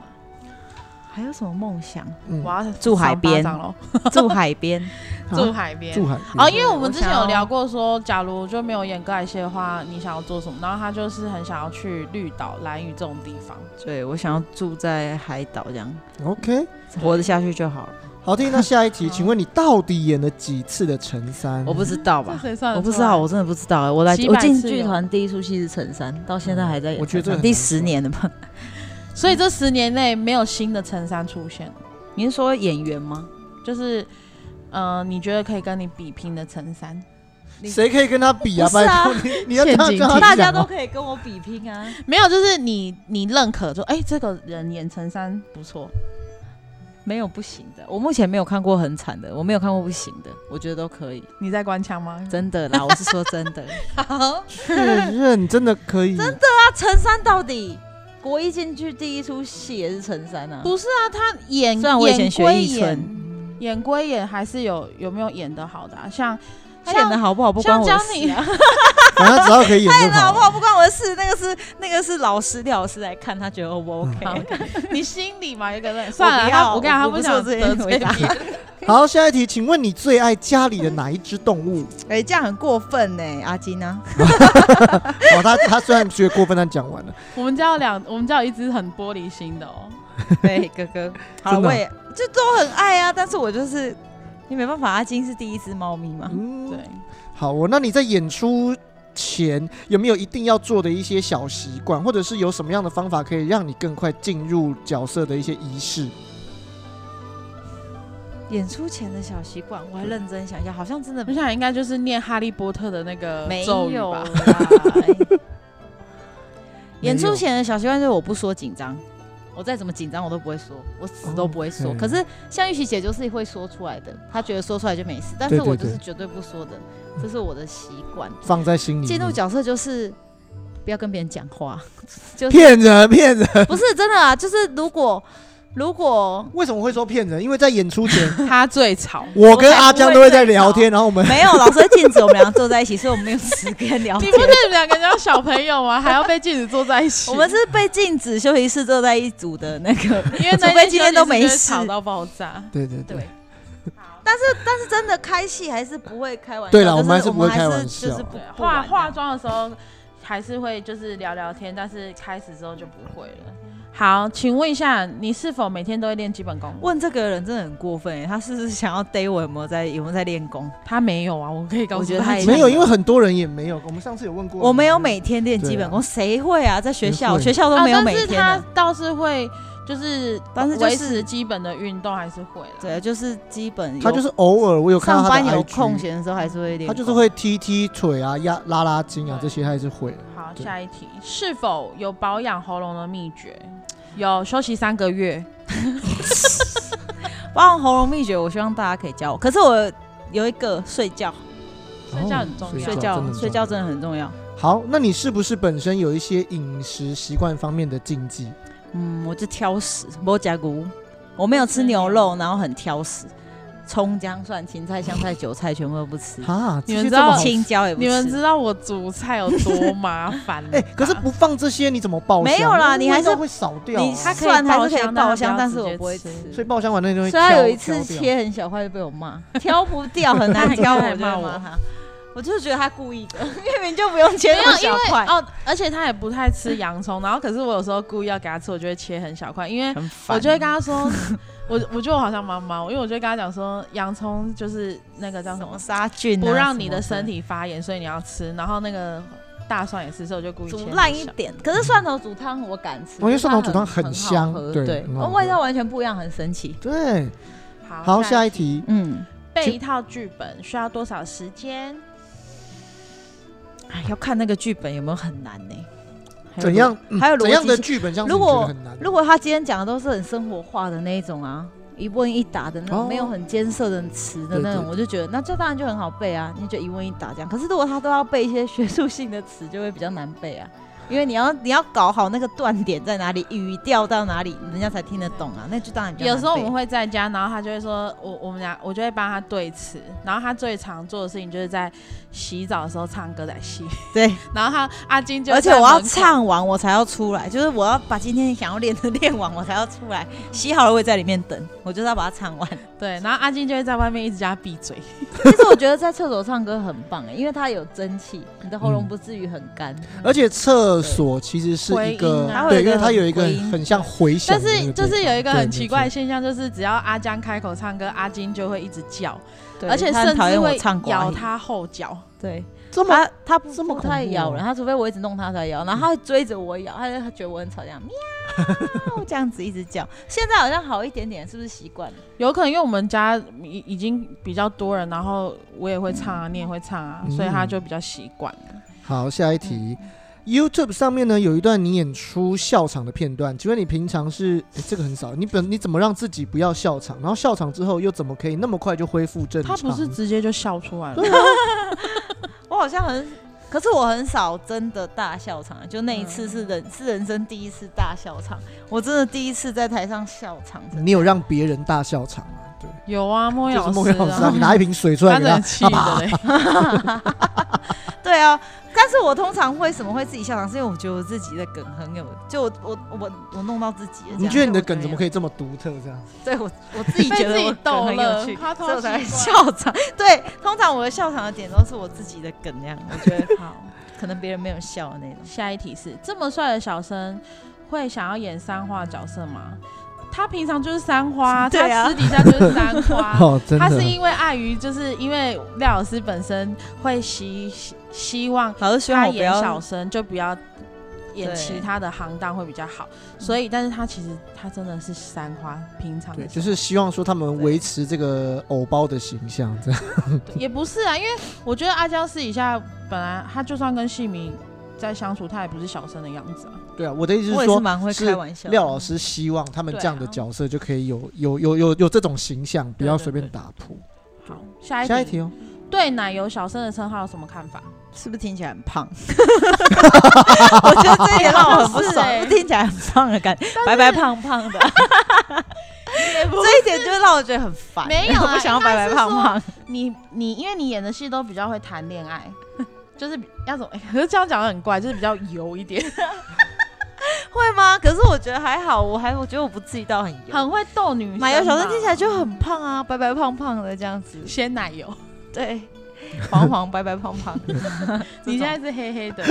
[SPEAKER 3] 还有什么梦想？
[SPEAKER 1] 嗯
[SPEAKER 2] 我要
[SPEAKER 3] 住海边啊
[SPEAKER 2] 赏巴掌咯
[SPEAKER 3] 住海边，
[SPEAKER 2] 住海边，
[SPEAKER 1] 住海
[SPEAKER 2] 哦，
[SPEAKER 3] 哎
[SPEAKER 1] 边
[SPEAKER 2] 因为我们之前
[SPEAKER 3] 我想
[SPEAKER 2] 有
[SPEAKER 3] 要
[SPEAKER 2] 聊过说，假如就没有演歌来戏的话，你想要做什么？然后他就是很想要去绿岛、蓝屿这种地方。
[SPEAKER 3] 对我想要住在海岛，这样
[SPEAKER 1] ，OK，
[SPEAKER 3] 活得下去就好了。
[SPEAKER 1] 好听。那下一题，
[SPEAKER 2] 好
[SPEAKER 1] 请问你到底演了几次的陈三？
[SPEAKER 3] 我不知道吧？
[SPEAKER 2] 谁算得
[SPEAKER 3] 我不知
[SPEAKER 2] 出来
[SPEAKER 3] 道，我嗯真的不知道欸。我来，
[SPEAKER 2] 七
[SPEAKER 3] 我
[SPEAKER 2] 百
[SPEAKER 3] 进
[SPEAKER 2] 次
[SPEAKER 3] 剧
[SPEAKER 2] 有
[SPEAKER 3] 团第一出戏是陈山，到现在还在演陈山。
[SPEAKER 1] 我觉得这很
[SPEAKER 3] 第
[SPEAKER 1] 难
[SPEAKER 3] 十
[SPEAKER 1] 说
[SPEAKER 3] 年了 吧？
[SPEAKER 2] 所以这十年内没有新的衬衫出现，
[SPEAKER 3] 您说演员吗？
[SPEAKER 2] 就是，呃，你觉得可以跟你比拼的衬衫？
[SPEAKER 1] 谁可以跟他比啊？
[SPEAKER 3] 不是
[SPEAKER 1] 拜
[SPEAKER 3] 啊
[SPEAKER 1] 托你，你要这
[SPEAKER 2] 陷
[SPEAKER 1] 样
[SPEAKER 2] 阱
[SPEAKER 1] 叫
[SPEAKER 2] 题
[SPEAKER 1] 他
[SPEAKER 3] 大家
[SPEAKER 1] 讲
[SPEAKER 3] 都
[SPEAKER 1] 啊
[SPEAKER 3] 可以跟我比拼啊！
[SPEAKER 2] 没有，就是你你认可说，哎、这个人演衬衫不错，
[SPEAKER 3] 没有不行的，我目前没有看过很惨的，我没有看过不行的，我觉得都可以，
[SPEAKER 2] 你在官腔 吗？
[SPEAKER 3] 真的啦，我是说真的。
[SPEAKER 1] 确认真的可以，
[SPEAKER 3] 那陈山到底国一进去第一出戏也是陈山啊？
[SPEAKER 2] 不是啊，他演
[SPEAKER 3] 虽然我以前
[SPEAKER 2] 演
[SPEAKER 3] 学
[SPEAKER 2] 归
[SPEAKER 3] 艺
[SPEAKER 2] 演，演归演还是有有没有演的好的、啊，像
[SPEAKER 5] 他演的好不好不关
[SPEAKER 2] 像
[SPEAKER 5] 我
[SPEAKER 2] 教
[SPEAKER 5] 的事
[SPEAKER 2] 你
[SPEAKER 5] 啊。
[SPEAKER 1] 反正只要可以演就
[SPEAKER 3] 好不
[SPEAKER 1] 好。
[SPEAKER 3] 好不关我的事，那个是那个是老师，廖老师来看，他觉得 O 不 OK？
[SPEAKER 2] 好 你心里嘛有个 人，算了，
[SPEAKER 3] 不
[SPEAKER 2] 他
[SPEAKER 3] 要
[SPEAKER 2] 我跟你讲，他
[SPEAKER 3] 我不
[SPEAKER 2] 想
[SPEAKER 3] 做这些
[SPEAKER 2] 得罪
[SPEAKER 3] 回答
[SPEAKER 2] 你。
[SPEAKER 1] 好，下一题，请问你最爱家里的哪一只动 物？
[SPEAKER 3] 哎、这样很过分呢、阿金啊，
[SPEAKER 1] 哦，他他虽然学过分，但讲完了。
[SPEAKER 2] 我们家有两，我们家有一只很玻璃心的哦。
[SPEAKER 3] 对 哥哥，好了，
[SPEAKER 1] 真的
[SPEAKER 3] 我也就都很爱啊，但是我就是你没办法，阿金是第一只猫咪嘛，
[SPEAKER 1] 嗯，
[SPEAKER 2] 对，
[SPEAKER 1] 好哦，那你在演出前有没有一定要做的一些小习惯，或者是有什么样的方法可以让你更快进入角色的一些仪式？
[SPEAKER 3] 演出前的小习惯，我还认真想一下，好像真的
[SPEAKER 2] 我想应该就是念哈利波特的那个
[SPEAKER 3] 没
[SPEAKER 2] 咒语
[SPEAKER 3] 有
[SPEAKER 2] 吧
[SPEAKER 3] 啦。演出前的小习惯就是我不说紧张，我再怎么紧张我都不会说，我死都不会说。
[SPEAKER 1] 哦 OK
[SPEAKER 3] 可是像玉琪姐就是会说出来的，她觉得说出来就没事，但是
[SPEAKER 1] 对对
[SPEAKER 3] 我就
[SPEAKER 1] 对嗯
[SPEAKER 3] 是绝对不说的，这是我的习惯。
[SPEAKER 1] 放在心里面。
[SPEAKER 3] 进入角色就是不要跟别人讲话， 就是
[SPEAKER 1] 骗人，骗人！
[SPEAKER 3] 不是真的啊，就是如果如果
[SPEAKER 1] 为什么会说骗人？因为在演出 前，
[SPEAKER 2] 他最吵，
[SPEAKER 1] 我跟阿江都会在聊天，然后我们
[SPEAKER 3] 没有老师会禁止我们俩坐在一起，所以我们没有时间聊
[SPEAKER 2] 你不是你们两个像小朋友吗？还要被禁止坐在一起？
[SPEAKER 3] 我们是被禁止休息室坐在一组的那个
[SPEAKER 2] 因为那
[SPEAKER 3] 除非今天都没
[SPEAKER 2] 一天
[SPEAKER 3] 事
[SPEAKER 2] 吵到爆炸。
[SPEAKER 1] 对对对
[SPEAKER 3] 对，但是但是真的开戏还是不会开玩笑。
[SPEAKER 1] 对啦我
[SPEAKER 3] 就是我
[SPEAKER 1] 们还是不会
[SPEAKER 3] 们还
[SPEAKER 1] 开玩笑
[SPEAKER 3] 就是不
[SPEAKER 2] 对，啊
[SPEAKER 3] 不
[SPEAKER 2] 化
[SPEAKER 3] 玩
[SPEAKER 2] 化妆的时候还是会就是聊聊天，但是开始之后就不会了。好，请问一下，你是否每天都会练基本功？
[SPEAKER 3] 问这个人真的很过分欸耶，他是不是想要逮我有没有在有没有在练功？
[SPEAKER 2] 他没有啊，我可以告
[SPEAKER 3] 我
[SPEAKER 2] 诉
[SPEAKER 3] 觉得他
[SPEAKER 2] 他
[SPEAKER 3] 已经
[SPEAKER 1] 没有，因为很多人也没有。我们上次有问过，
[SPEAKER 3] 我没有每天练基本功，
[SPEAKER 1] 对
[SPEAKER 3] 谁会啊？在学
[SPEAKER 1] 谁
[SPEAKER 3] 校
[SPEAKER 1] 会
[SPEAKER 3] 学校都
[SPEAKER 2] 啊，
[SPEAKER 3] 没有
[SPEAKER 2] 但
[SPEAKER 3] 每
[SPEAKER 2] 是
[SPEAKER 3] 天
[SPEAKER 2] 他
[SPEAKER 3] 啊。
[SPEAKER 2] 倒是会就是
[SPEAKER 3] 但是就是
[SPEAKER 2] 维持基本的运动还是会啦。
[SPEAKER 3] 对，就是基本有
[SPEAKER 1] 他就是偶尔我有看
[SPEAKER 3] 上
[SPEAKER 1] 到他
[SPEAKER 3] 班
[SPEAKER 1] 的
[SPEAKER 3] 有
[SPEAKER 1] IG,
[SPEAKER 3] 空闲的时候还是会练功，
[SPEAKER 1] 他就是会踢踢腿啊、压拉拉筋啊，
[SPEAKER 2] 对
[SPEAKER 1] 这些他还是会。
[SPEAKER 2] 好，
[SPEAKER 1] 对
[SPEAKER 2] 下一题，是否有保养喉咙的秘 诀？有休息三个月，
[SPEAKER 3] 包括喉咙秘诀，我希望大家可以教我。可是我有一个睡觉，
[SPEAKER 2] 睡觉很重要
[SPEAKER 1] 哦
[SPEAKER 3] 睡
[SPEAKER 1] 睡
[SPEAKER 3] 觉
[SPEAKER 1] 真的很
[SPEAKER 3] 睡觉真的很重要。
[SPEAKER 1] 好，那你是不是本身有一些饮食习惯方面的禁忌？
[SPEAKER 3] 嗯，我就挑食，没加骨，我没有吃牛肉，然后很挑食，葱姜蒜、芹菜、香菜、韭菜全部都不吃，
[SPEAKER 1] 啊，
[SPEAKER 2] 你
[SPEAKER 1] 这些
[SPEAKER 2] 们知
[SPEAKER 1] 这么
[SPEAKER 2] 道
[SPEAKER 1] 好
[SPEAKER 3] 青椒也不吃。
[SPEAKER 2] 你们知道我煮菜有多麻 烦了吧？
[SPEAKER 1] 哎、可是不放这些你怎么爆香？
[SPEAKER 3] 没有啦你还是
[SPEAKER 1] 味道会少掉、
[SPEAKER 3] 你
[SPEAKER 1] 啊
[SPEAKER 2] 它。可以
[SPEAKER 3] 蒜还是可以
[SPEAKER 2] 爆
[SPEAKER 3] 爆
[SPEAKER 2] 香
[SPEAKER 3] 香，但
[SPEAKER 2] 但
[SPEAKER 3] 是
[SPEAKER 2] 是
[SPEAKER 3] 我
[SPEAKER 2] 我
[SPEAKER 3] 不
[SPEAKER 2] 不
[SPEAKER 3] 会
[SPEAKER 2] 会
[SPEAKER 3] 吃
[SPEAKER 2] 吃。
[SPEAKER 1] 所以爆香完那东西，
[SPEAKER 3] 所以他有一次切很小块就被我骂， 挑不掉，很难 挑，
[SPEAKER 2] 他很
[SPEAKER 3] 我就
[SPEAKER 2] 怕
[SPEAKER 3] 骂
[SPEAKER 2] 我
[SPEAKER 3] 他。我就是觉得他故意的， 明明就不用切那么
[SPEAKER 2] 没有
[SPEAKER 3] 小块，
[SPEAKER 2] 哦，而且他也不太吃洋葱，然后可是我有时候故意要给他吃，我就会切很小块，因为
[SPEAKER 3] 很烦
[SPEAKER 2] 我就会跟他 说，我我觉得我好像妈妈，因为我就会跟他讲说，洋葱就是那个叫什
[SPEAKER 3] 什么
[SPEAKER 2] 么，
[SPEAKER 3] 杀菌啊，
[SPEAKER 2] 不让你的
[SPEAKER 3] 什么
[SPEAKER 2] 身体发炎，所以你要吃，然后那个大蒜也是，所以我就故意切
[SPEAKER 3] 煮
[SPEAKER 2] 很
[SPEAKER 3] 烂一
[SPEAKER 2] 小
[SPEAKER 3] 点。可是蒜头煮汤我敢吃，
[SPEAKER 1] 我觉得蒜头煮汤
[SPEAKER 3] 很
[SPEAKER 1] 很
[SPEAKER 3] 好
[SPEAKER 1] 香
[SPEAKER 3] 喝
[SPEAKER 1] 对
[SPEAKER 3] 对，
[SPEAKER 1] 很好
[SPEAKER 3] 哦味
[SPEAKER 1] 喝
[SPEAKER 3] 道完全不一样，很神奇。
[SPEAKER 1] 对，
[SPEAKER 2] 好，
[SPEAKER 1] 好，下
[SPEAKER 2] 一
[SPEAKER 1] 一题，
[SPEAKER 3] 嗯，
[SPEAKER 2] 背一套剧本需要多少时间？
[SPEAKER 3] 哎，要看那个剧本有没有很难呢、还有
[SPEAKER 1] 怎样？嗯
[SPEAKER 3] 还有逻辑
[SPEAKER 1] 怎样的剧本这样子
[SPEAKER 3] 如
[SPEAKER 1] 你
[SPEAKER 3] 果
[SPEAKER 1] 觉得很难
[SPEAKER 3] 如？如果他今天讲的都是很生活化的那一种啊，一问一答的那种，
[SPEAKER 1] 哦
[SPEAKER 3] 没有很艰涩的词的那
[SPEAKER 1] 对对
[SPEAKER 3] 种，
[SPEAKER 1] 对
[SPEAKER 3] 我就觉得那这当然就很好背啊，你就一问一答这样。可是如果他都要背一些学术性的词，就会比较难背啊。因为你要你要搞好那个断点在哪里，语调到哪里，人家才听得懂啊。那就当然比较
[SPEAKER 2] 有时候我
[SPEAKER 3] 难背
[SPEAKER 2] 们会在家，然后他就会说，我我们俩我就会帮他对词，然后他最常做的事情就是在洗澡的时候唱歌仔戏，
[SPEAKER 3] 对，
[SPEAKER 2] 然后他阿金就
[SPEAKER 3] 而且
[SPEAKER 2] 在
[SPEAKER 3] 我要
[SPEAKER 2] 门口
[SPEAKER 3] 唱完我才要出来，就是我要把今天想要练的 练完，我才要出来。洗好了我也在里面等，我就是要把它唱完。
[SPEAKER 2] 对，然后阿金就会在外面一直叫他闭嘴。
[SPEAKER 3] 其实我觉得在厕所唱歌很棒哎，因为它有蒸汽，你的喉咙不至于很干。
[SPEAKER 1] 嗯而且厕所其实是一
[SPEAKER 2] 回音
[SPEAKER 1] 个，
[SPEAKER 2] 啊
[SPEAKER 1] 对，因
[SPEAKER 3] 它会有一个
[SPEAKER 1] 为它有一个
[SPEAKER 3] 回音
[SPEAKER 1] 很像回响
[SPEAKER 2] 但
[SPEAKER 1] 的那
[SPEAKER 2] 是
[SPEAKER 1] 个地方，
[SPEAKER 2] 就是有一个很奇怪的
[SPEAKER 1] 对，
[SPEAKER 2] 现象，就是只要阿江开口唱歌，阿金就会一直叫，
[SPEAKER 3] 对
[SPEAKER 2] 而且
[SPEAKER 3] 它
[SPEAKER 2] 甚
[SPEAKER 3] 很讨
[SPEAKER 2] 至
[SPEAKER 3] 厌我
[SPEAKER 2] 会
[SPEAKER 3] 唱
[SPEAKER 2] 咬
[SPEAKER 3] 寡语，
[SPEAKER 2] 他后脚。
[SPEAKER 3] 对，
[SPEAKER 1] 没错这么
[SPEAKER 3] 它它不
[SPEAKER 1] 这么
[SPEAKER 3] 不
[SPEAKER 1] 恐
[SPEAKER 3] 太
[SPEAKER 1] 怖
[SPEAKER 3] 咬
[SPEAKER 1] 哦
[SPEAKER 3] 人，它除非我一直弄它才咬，然后它会追着我咬，它就它觉得我很吵，这样喵 这样子一直叫。现在好像好一点点，是不是习惯了？
[SPEAKER 2] 有可能因为我们家已已经比较多人，然后我也会唱啊，你也会唱啊，所以
[SPEAKER 3] 嗯
[SPEAKER 2] 他就比较习惯了。
[SPEAKER 1] 好。下一题。YouTube 上面呢有一段你演出笑场的片段，请问你平常是、诶这个很少，你本你怎么让自己不要笑场？然后笑场之后又怎么可以那么快就恢复正
[SPEAKER 2] 他
[SPEAKER 1] 常？
[SPEAKER 2] 不是直接就笑出来了，
[SPEAKER 3] 我好像很，可是我很少真的大笑场，就那一次
[SPEAKER 1] 嗯
[SPEAKER 3] 是人、是人生第一次大笑场，我真的第一次在台上笑场，真的
[SPEAKER 1] 你有让别人大笑场吗？对，
[SPEAKER 2] 有啊，莫
[SPEAKER 1] 就是
[SPEAKER 2] 老
[SPEAKER 1] 孟老师啊，
[SPEAKER 2] 师
[SPEAKER 1] 你拿一瓶水出来
[SPEAKER 2] 啊，他
[SPEAKER 1] 给他
[SPEAKER 2] 很气的
[SPEAKER 3] 啊
[SPEAKER 2] 嘞，
[SPEAKER 3] 对啊，但是我通常为什么会自己笑场，是因为我觉得我自己的梗很有，就我我我我弄到自己了这样。
[SPEAKER 1] 你觉得你的
[SPEAKER 3] 所以
[SPEAKER 1] 梗
[SPEAKER 3] 我
[SPEAKER 1] 怎么
[SPEAKER 2] 啊
[SPEAKER 3] 有
[SPEAKER 1] 可以这么独特？这样
[SPEAKER 3] 对我我自己
[SPEAKER 2] 被
[SPEAKER 3] 觉
[SPEAKER 2] 自
[SPEAKER 3] 得我
[SPEAKER 2] 己
[SPEAKER 3] 梗
[SPEAKER 2] 逗
[SPEAKER 3] 很 有
[SPEAKER 2] 了
[SPEAKER 3] 趣，，
[SPEAKER 2] 他
[SPEAKER 3] 所
[SPEAKER 2] 超
[SPEAKER 3] 以我
[SPEAKER 2] 奇
[SPEAKER 3] 才
[SPEAKER 2] 怪
[SPEAKER 3] 会。笑场。对，通常我的笑场的点都是我自己的梗那样，我觉得
[SPEAKER 2] 好，
[SPEAKER 3] 可能别人没有笑的那种。
[SPEAKER 2] 下一题是这么帅的小生会想要演三花角色吗？他平常就是三花，
[SPEAKER 3] 对啊
[SPEAKER 2] 他私底下就是三 花。
[SPEAKER 1] 哦，真
[SPEAKER 2] 啊他是因为碍于，就是因为廖老师本身会希希希望
[SPEAKER 3] 老师希望
[SPEAKER 2] 他
[SPEAKER 3] 我不
[SPEAKER 2] 演
[SPEAKER 3] 要
[SPEAKER 2] 小生就不要演
[SPEAKER 3] 对
[SPEAKER 2] 其他的行当会比较好，所以但是他其实他真的是三花，平常
[SPEAKER 1] 对，
[SPEAKER 2] 的
[SPEAKER 1] 就
[SPEAKER 2] 时
[SPEAKER 1] 是希望说他们维持这个偶包的形象，这样
[SPEAKER 2] 候对也不是啊，因为我觉得阿娇私底下本来他就算跟戏迷在相处，他也不是小生的样子啊，
[SPEAKER 1] 对啊。我的意思
[SPEAKER 3] 我
[SPEAKER 1] 是
[SPEAKER 3] 也是
[SPEAKER 1] 说，
[SPEAKER 3] 蛮会
[SPEAKER 1] 是
[SPEAKER 3] 开玩笑的。
[SPEAKER 1] 廖老师希望他们这样的角色就可以有有有有有这种形象，不要随便打破。
[SPEAKER 2] 好，下一
[SPEAKER 1] 下一题哦，
[SPEAKER 2] 对奶油小生的称号有什么看 法？
[SPEAKER 3] 是不是听起来很胖？ 我觉得这也让我很不
[SPEAKER 2] 好像
[SPEAKER 3] 爽
[SPEAKER 2] 是，欸
[SPEAKER 3] 是不是听起来很胖的感觉，白白胖胖的。这一点就让我觉得很烦，
[SPEAKER 2] 没有啊
[SPEAKER 3] 我不想要白白胖胖。
[SPEAKER 2] 你你因为你演的戏都比较会谈恋爱， 就是比要怎么？ 可是这样讲得很怪，就是比较油一点，
[SPEAKER 3] 会吗？可是我觉得还好，我还我觉得我不至于到很油。
[SPEAKER 2] 很会逗女生吧。
[SPEAKER 3] 奶油小生听起来就很胖啊，白白胖胖的这样子，
[SPEAKER 2] 鲜奶油，
[SPEAKER 3] 对，黄黄白白胖胖。
[SPEAKER 2] 你现在是黑黑 的。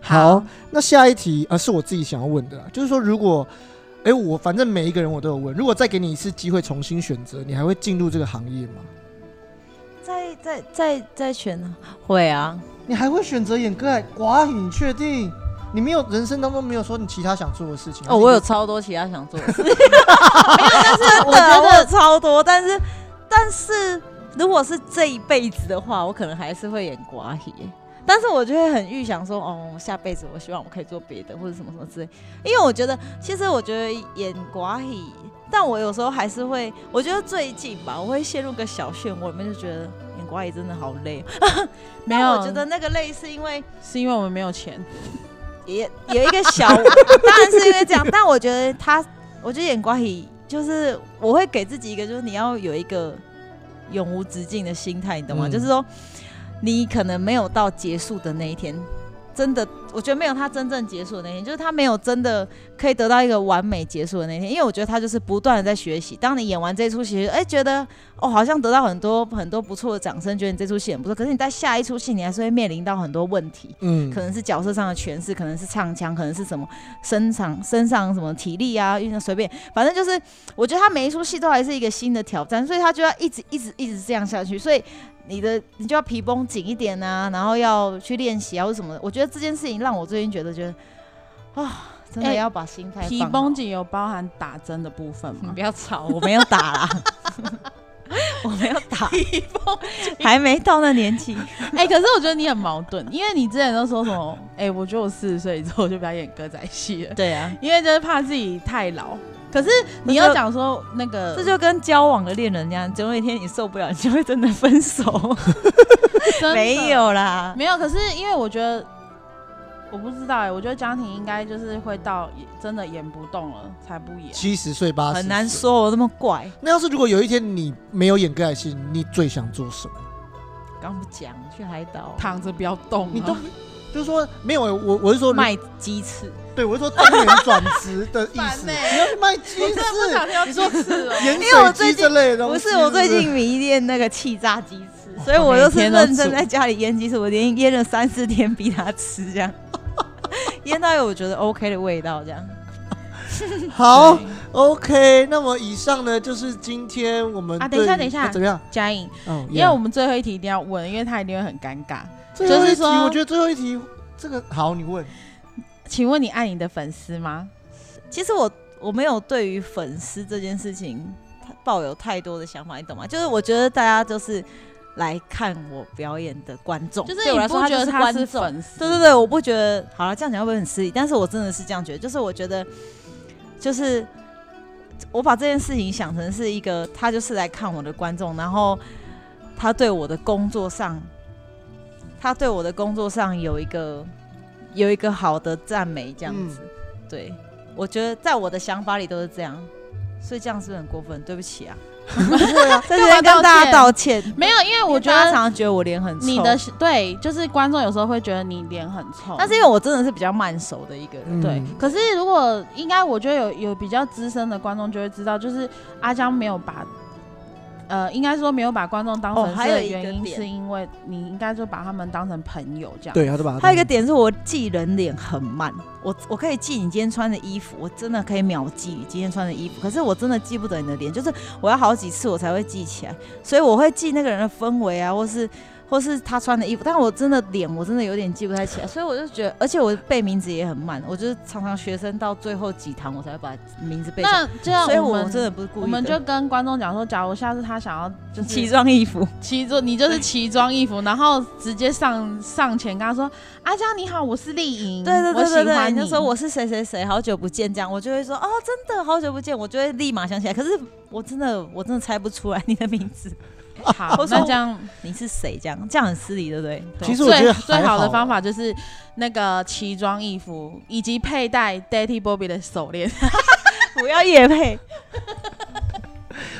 [SPEAKER 1] 好，那下一题啊、呃是我自己想要问的啦，就是说如果，哎、我反正每一个人我都有问，如果再给你一次机会重新选择，你还会进入这个行业吗？
[SPEAKER 3] 再再再再选呢？会啊，
[SPEAKER 1] 你还会选择演歌爱？哇，你确定？你没有人生当中没有说你其他想做的事情？
[SPEAKER 3] 哦，我有超多其他想做 的事，没有，但是我
[SPEAKER 2] 觉
[SPEAKER 3] 觉
[SPEAKER 2] 得
[SPEAKER 3] 得超多，但是但是如果是这一辈子的话，我可能还是会演寡喜。但是我就会很预想说，哦，下辈子我希望我可以做别的或者什么什么之类，因为我觉得，其实我觉得演寡喜，但我有时候还是会，我觉得最近吧，我会陷入个小漩涡里面，就觉得演寡喜真的好累。
[SPEAKER 2] 没
[SPEAKER 3] 但
[SPEAKER 2] 有，
[SPEAKER 3] 我觉得那个累是因为
[SPEAKER 2] 是因为我们没有钱。
[SPEAKER 3] 也有一个小，当然是因为这样，但我觉得他，我觉得演瓜喜就是我会给自己一个，就是你要有一个永无止境的心态，你懂吗？
[SPEAKER 1] 嗯
[SPEAKER 3] 就是说，你可能没有到结束的那一天，真的，我觉得没有他真正结束的那一天，就是他没有真的可以得到一个完美结束的那一天，因为我觉得他就是不断的在学习。当你演完这出戏，哎、觉得哦，好像得到很多很多不错的掌声，觉得你这出戏很不错，可是你在下一出戏，你还是会面临到很多问题。
[SPEAKER 1] 嗯
[SPEAKER 3] 可能是角色上的诠释，可能是唱腔，可能是什么身上身上什么体力啊，运动随便，反正就是我觉得他每一出戏都还是一个新的挑战，所以他就要一直一直一直这样下去，所以你的你就要皮绷紧一点啊，然后要去练习啊或什么的。我觉得这件事情让我最近觉得觉得啊、真的
[SPEAKER 2] 哎
[SPEAKER 3] 要把心啊态、
[SPEAKER 2] 皮绷，紧有包含打针的部分
[SPEAKER 3] 你
[SPEAKER 2] 吗
[SPEAKER 3] 不？要吵，啊我没有打啦。 我没有 打，还没到那年纪。
[SPEAKER 2] 哎、可是我觉得你很矛盾，因为你之前都说什么？哎、我觉得我四十岁之后就不要演歌仔戏了，
[SPEAKER 3] 对啊，
[SPEAKER 2] 因为就是怕自己太老。可是你
[SPEAKER 3] 这就
[SPEAKER 2] 要讲说那个，
[SPEAKER 3] 这就跟交往的恋人一样，总有一天你受不了，你就会真的分手。
[SPEAKER 2] 真的
[SPEAKER 3] 没有啦，
[SPEAKER 2] 没有，可是因为我觉得，我不知道哎、我觉得家庭应该就是会到也真的演不动了才不演。
[SPEAKER 1] 七十岁
[SPEAKER 2] 啊
[SPEAKER 1] 八十
[SPEAKER 3] 很难。说我那么怪，
[SPEAKER 1] 那要是如果有一天你没有演歌爱戏，你最想做什么？
[SPEAKER 3] 刚不讲去海岛
[SPEAKER 2] 躺着不要动、啊，
[SPEAKER 1] 你都就是说没有、我我是说，
[SPEAKER 3] 卖鸡翅，
[SPEAKER 1] 对我是说中年转职的意 思，
[SPEAKER 2] 烦
[SPEAKER 1] 你要卖鸡
[SPEAKER 2] 我真的不
[SPEAKER 1] 翅、
[SPEAKER 2] 想听到鸡翅哦、
[SPEAKER 1] 盐
[SPEAKER 3] 因为我
[SPEAKER 1] 水
[SPEAKER 3] 最
[SPEAKER 1] 鸡
[SPEAKER 3] 近
[SPEAKER 1] 这类的东
[SPEAKER 3] 不
[SPEAKER 1] 西。
[SPEAKER 3] 是我最
[SPEAKER 1] 不
[SPEAKER 3] 近迷恋那个气炸鸡翅，所以我都是
[SPEAKER 2] 哦每天都
[SPEAKER 3] 认真
[SPEAKER 2] 煮
[SPEAKER 3] 在家里腌鸡翅，我连腌了三四天逼他吃这样， 腌到有我觉得 OK 的味道这样。
[SPEAKER 1] 好，OK。那么以上呢，就是今天我们
[SPEAKER 2] 啊等一
[SPEAKER 1] 对
[SPEAKER 2] 下
[SPEAKER 1] 于
[SPEAKER 2] 等一下
[SPEAKER 1] 啊怎么样？
[SPEAKER 2] 嘉颖，
[SPEAKER 1] 哦，
[SPEAKER 2] 因为我们最后一题一定要问，因为他一定会很尴尬。
[SPEAKER 1] 最后一
[SPEAKER 2] 就是
[SPEAKER 1] 题，
[SPEAKER 2] 说
[SPEAKER 1] 我觉得最后一题这个好，你问。
[SPEAKER 2] 请问你爱你的粉丝吗？
[SPEAKER 3] 其实我我没有对于粉丝这件事情抱有太多的想法，你懂吗？就是我觉得大家就是来看我表演的观众，
[SPEAKER 2] 就是
[SPEAKER 3] 对我
[SPEAKER 2] 你
[SPEAKER 3] 来
[SPEAKER 2] 不
[SPEAKER 3] 说，
[SPEAKER 2] 觉得
[SPEAKER 3] 就是
[SPEAKER 2] 他
[SPEAKER 3] 观
[SPEAKER 2] 是
[SPEAKER 3] 众。
[SPEAKER 2] 粉丝？
[SPEAKER 3] 对对对，我不觉得，好了，这样讲会不会很失礼？但是我真的是这样觉得，就是我觉得，就是我把这件事情想成是一个，他就是来看我的观众，然后他对我的工作上，他对我的工作上有一个有一个好的赞美，这样子。对，我觉得在我的想法里都是这样。所以这样是不是很过分？对不起啊，
[SPEAKER 1] 不会啊，
[SPEAKER 3] 在这边跟大家道歉。
[SPEAKER 2] 没有，因为我觉
[SPEAKER 3] 因为大家
[SPEAKER 2] 得
[SPEAKER 3] 常常觉得我脸很臭，
[SPEAKER 2] 你的对，就是观众有时候会觉得你脸很臭，
[SPEAKER 3] 但是因为我真的是比较慢熟的一个人，
[SPEAKER 1] 嗯
[SPEAKER 2] 对，可是如果应该，我觉得有有比较资深的观众就会知道，就是阿江没有把，呃，应该说没有把观众当
[SPEAKER 3] 哦
[SPEAKER 2] 成
[SPEAKER 3] 还
[SPEAKER 2] 是
[SPEAKER 3] 有
[SPEAKER 2] 的
[SPEAKER 3] 一个
[SPEAKER 2] 原因，
[SPEAKER 3] 点
[SPEAKER 2] 是因为你应该就把他们当成朋友这样。
[SPEAKER 1] 对，他就把它
[SPEAKER 3] 还有一个点是我记人脸很慢，我我可以记你今天穿的衣服，我真的可以秒记你今天穿的衣服，可是我真的记不得你的脸，就是我要好几次我才会记起来，所以我会记那个人的氛围啊，或是或是他穿的衣服，但我真的脸我真的有点记不太起来，所以我就觉得，而且我背名字也很慢，我就是常常学生到最后几堂我才会把名字背起来，
[SPEAKER 2] 那这样
[SPEAKER 3] 所以
[SPEAKER 2] 我
[SPEAKER 3] 我
[SPEAKER 2] 们
[SPEAKER 3] 真的不是故意
[SPEAKER 2] 我
[SPEAKER 3] 的，
[SPEAKER 2] 们就跟观众讲说，假如下次他想要就是
[SPEAKER 3] 奇装异服，
[SPEAKER 2] 奇装，你 就是奇装异服，然后直接上上前跟他说：“阿江你好，我是丽颖，
[SPEAKER 3] 对对
[SPEAKER 2] 嗯
[SPEAKER 3] 对对
[SPEAKER 2] 我喜
[SPEAKER 3] 对，
[SPEAKER 2] 欢
[SPEAKER 3] 你
[SPEAKER 2] 你。”
[SPEAKER 3] 就说我是谁谁谁，好久不见这样，我就会说哦，真的好久不见，我就会立马想起来。可是我真的我真的猜不出来你的名字，
[SPEAKER 2] 好
[SPEAKER 3] 我，
[SPEAKER 2] 那
[SPEAKER 3] 说
[SPEAKER 2] 这样
[SPEAKER 3] 你是谁这样，这样很失礼，对不对？
[SPEAKER 1] 其实我觉
[SPEAKER 2] 最
[SPEAKER 1] 得
[SPEAKER 2] 最
[SPEAKER 1] 还
[SPEAKER 2] 好的
[SPEAKER 1] 好啊
[SPEAKER 2] 方法就是那个奇装异服，以及佩戴 Daddy Bobby 的手链。
[SPEAKER 3] 不要夜配，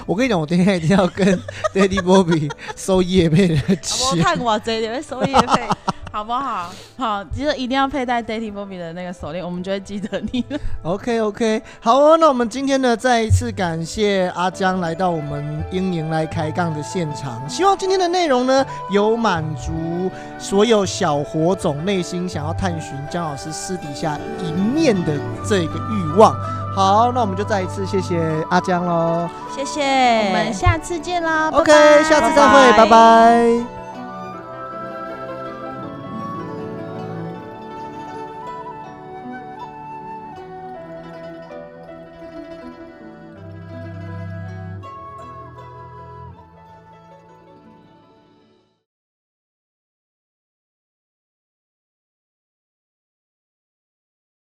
[SPEAKER 1] 我跟你讲，我等一下一定要跟 Daddy Bobby 收叶配的
[SPEAKER 3] 我
[SPEAKER 1] 钱。
[SPEAKER 3] 看我嘴里面收夜配，
[SPEAKER 2] 好不好？好，就是一定要佩戴 Daddy Bobby 的那个手链，我们就会记得你了。
[SPEAKER 1] OK OK，好哦，那我们今天呢，再一次感谢阿江来到我们英营来开杠的现场。希望今天的内容呢，有满足所有小火种内心想要探寻江老师私底下一面的这个欲望。好，那我们就再一次谢谢阿江喽。
[SPEAKER 3] 谢谢，
[SPEAKER 2] 我们下次见啦
[SPEAKER 1] OK，
[SPEAKER 2] 拜拜
[SPEAKER 1] 下次再会，拜拜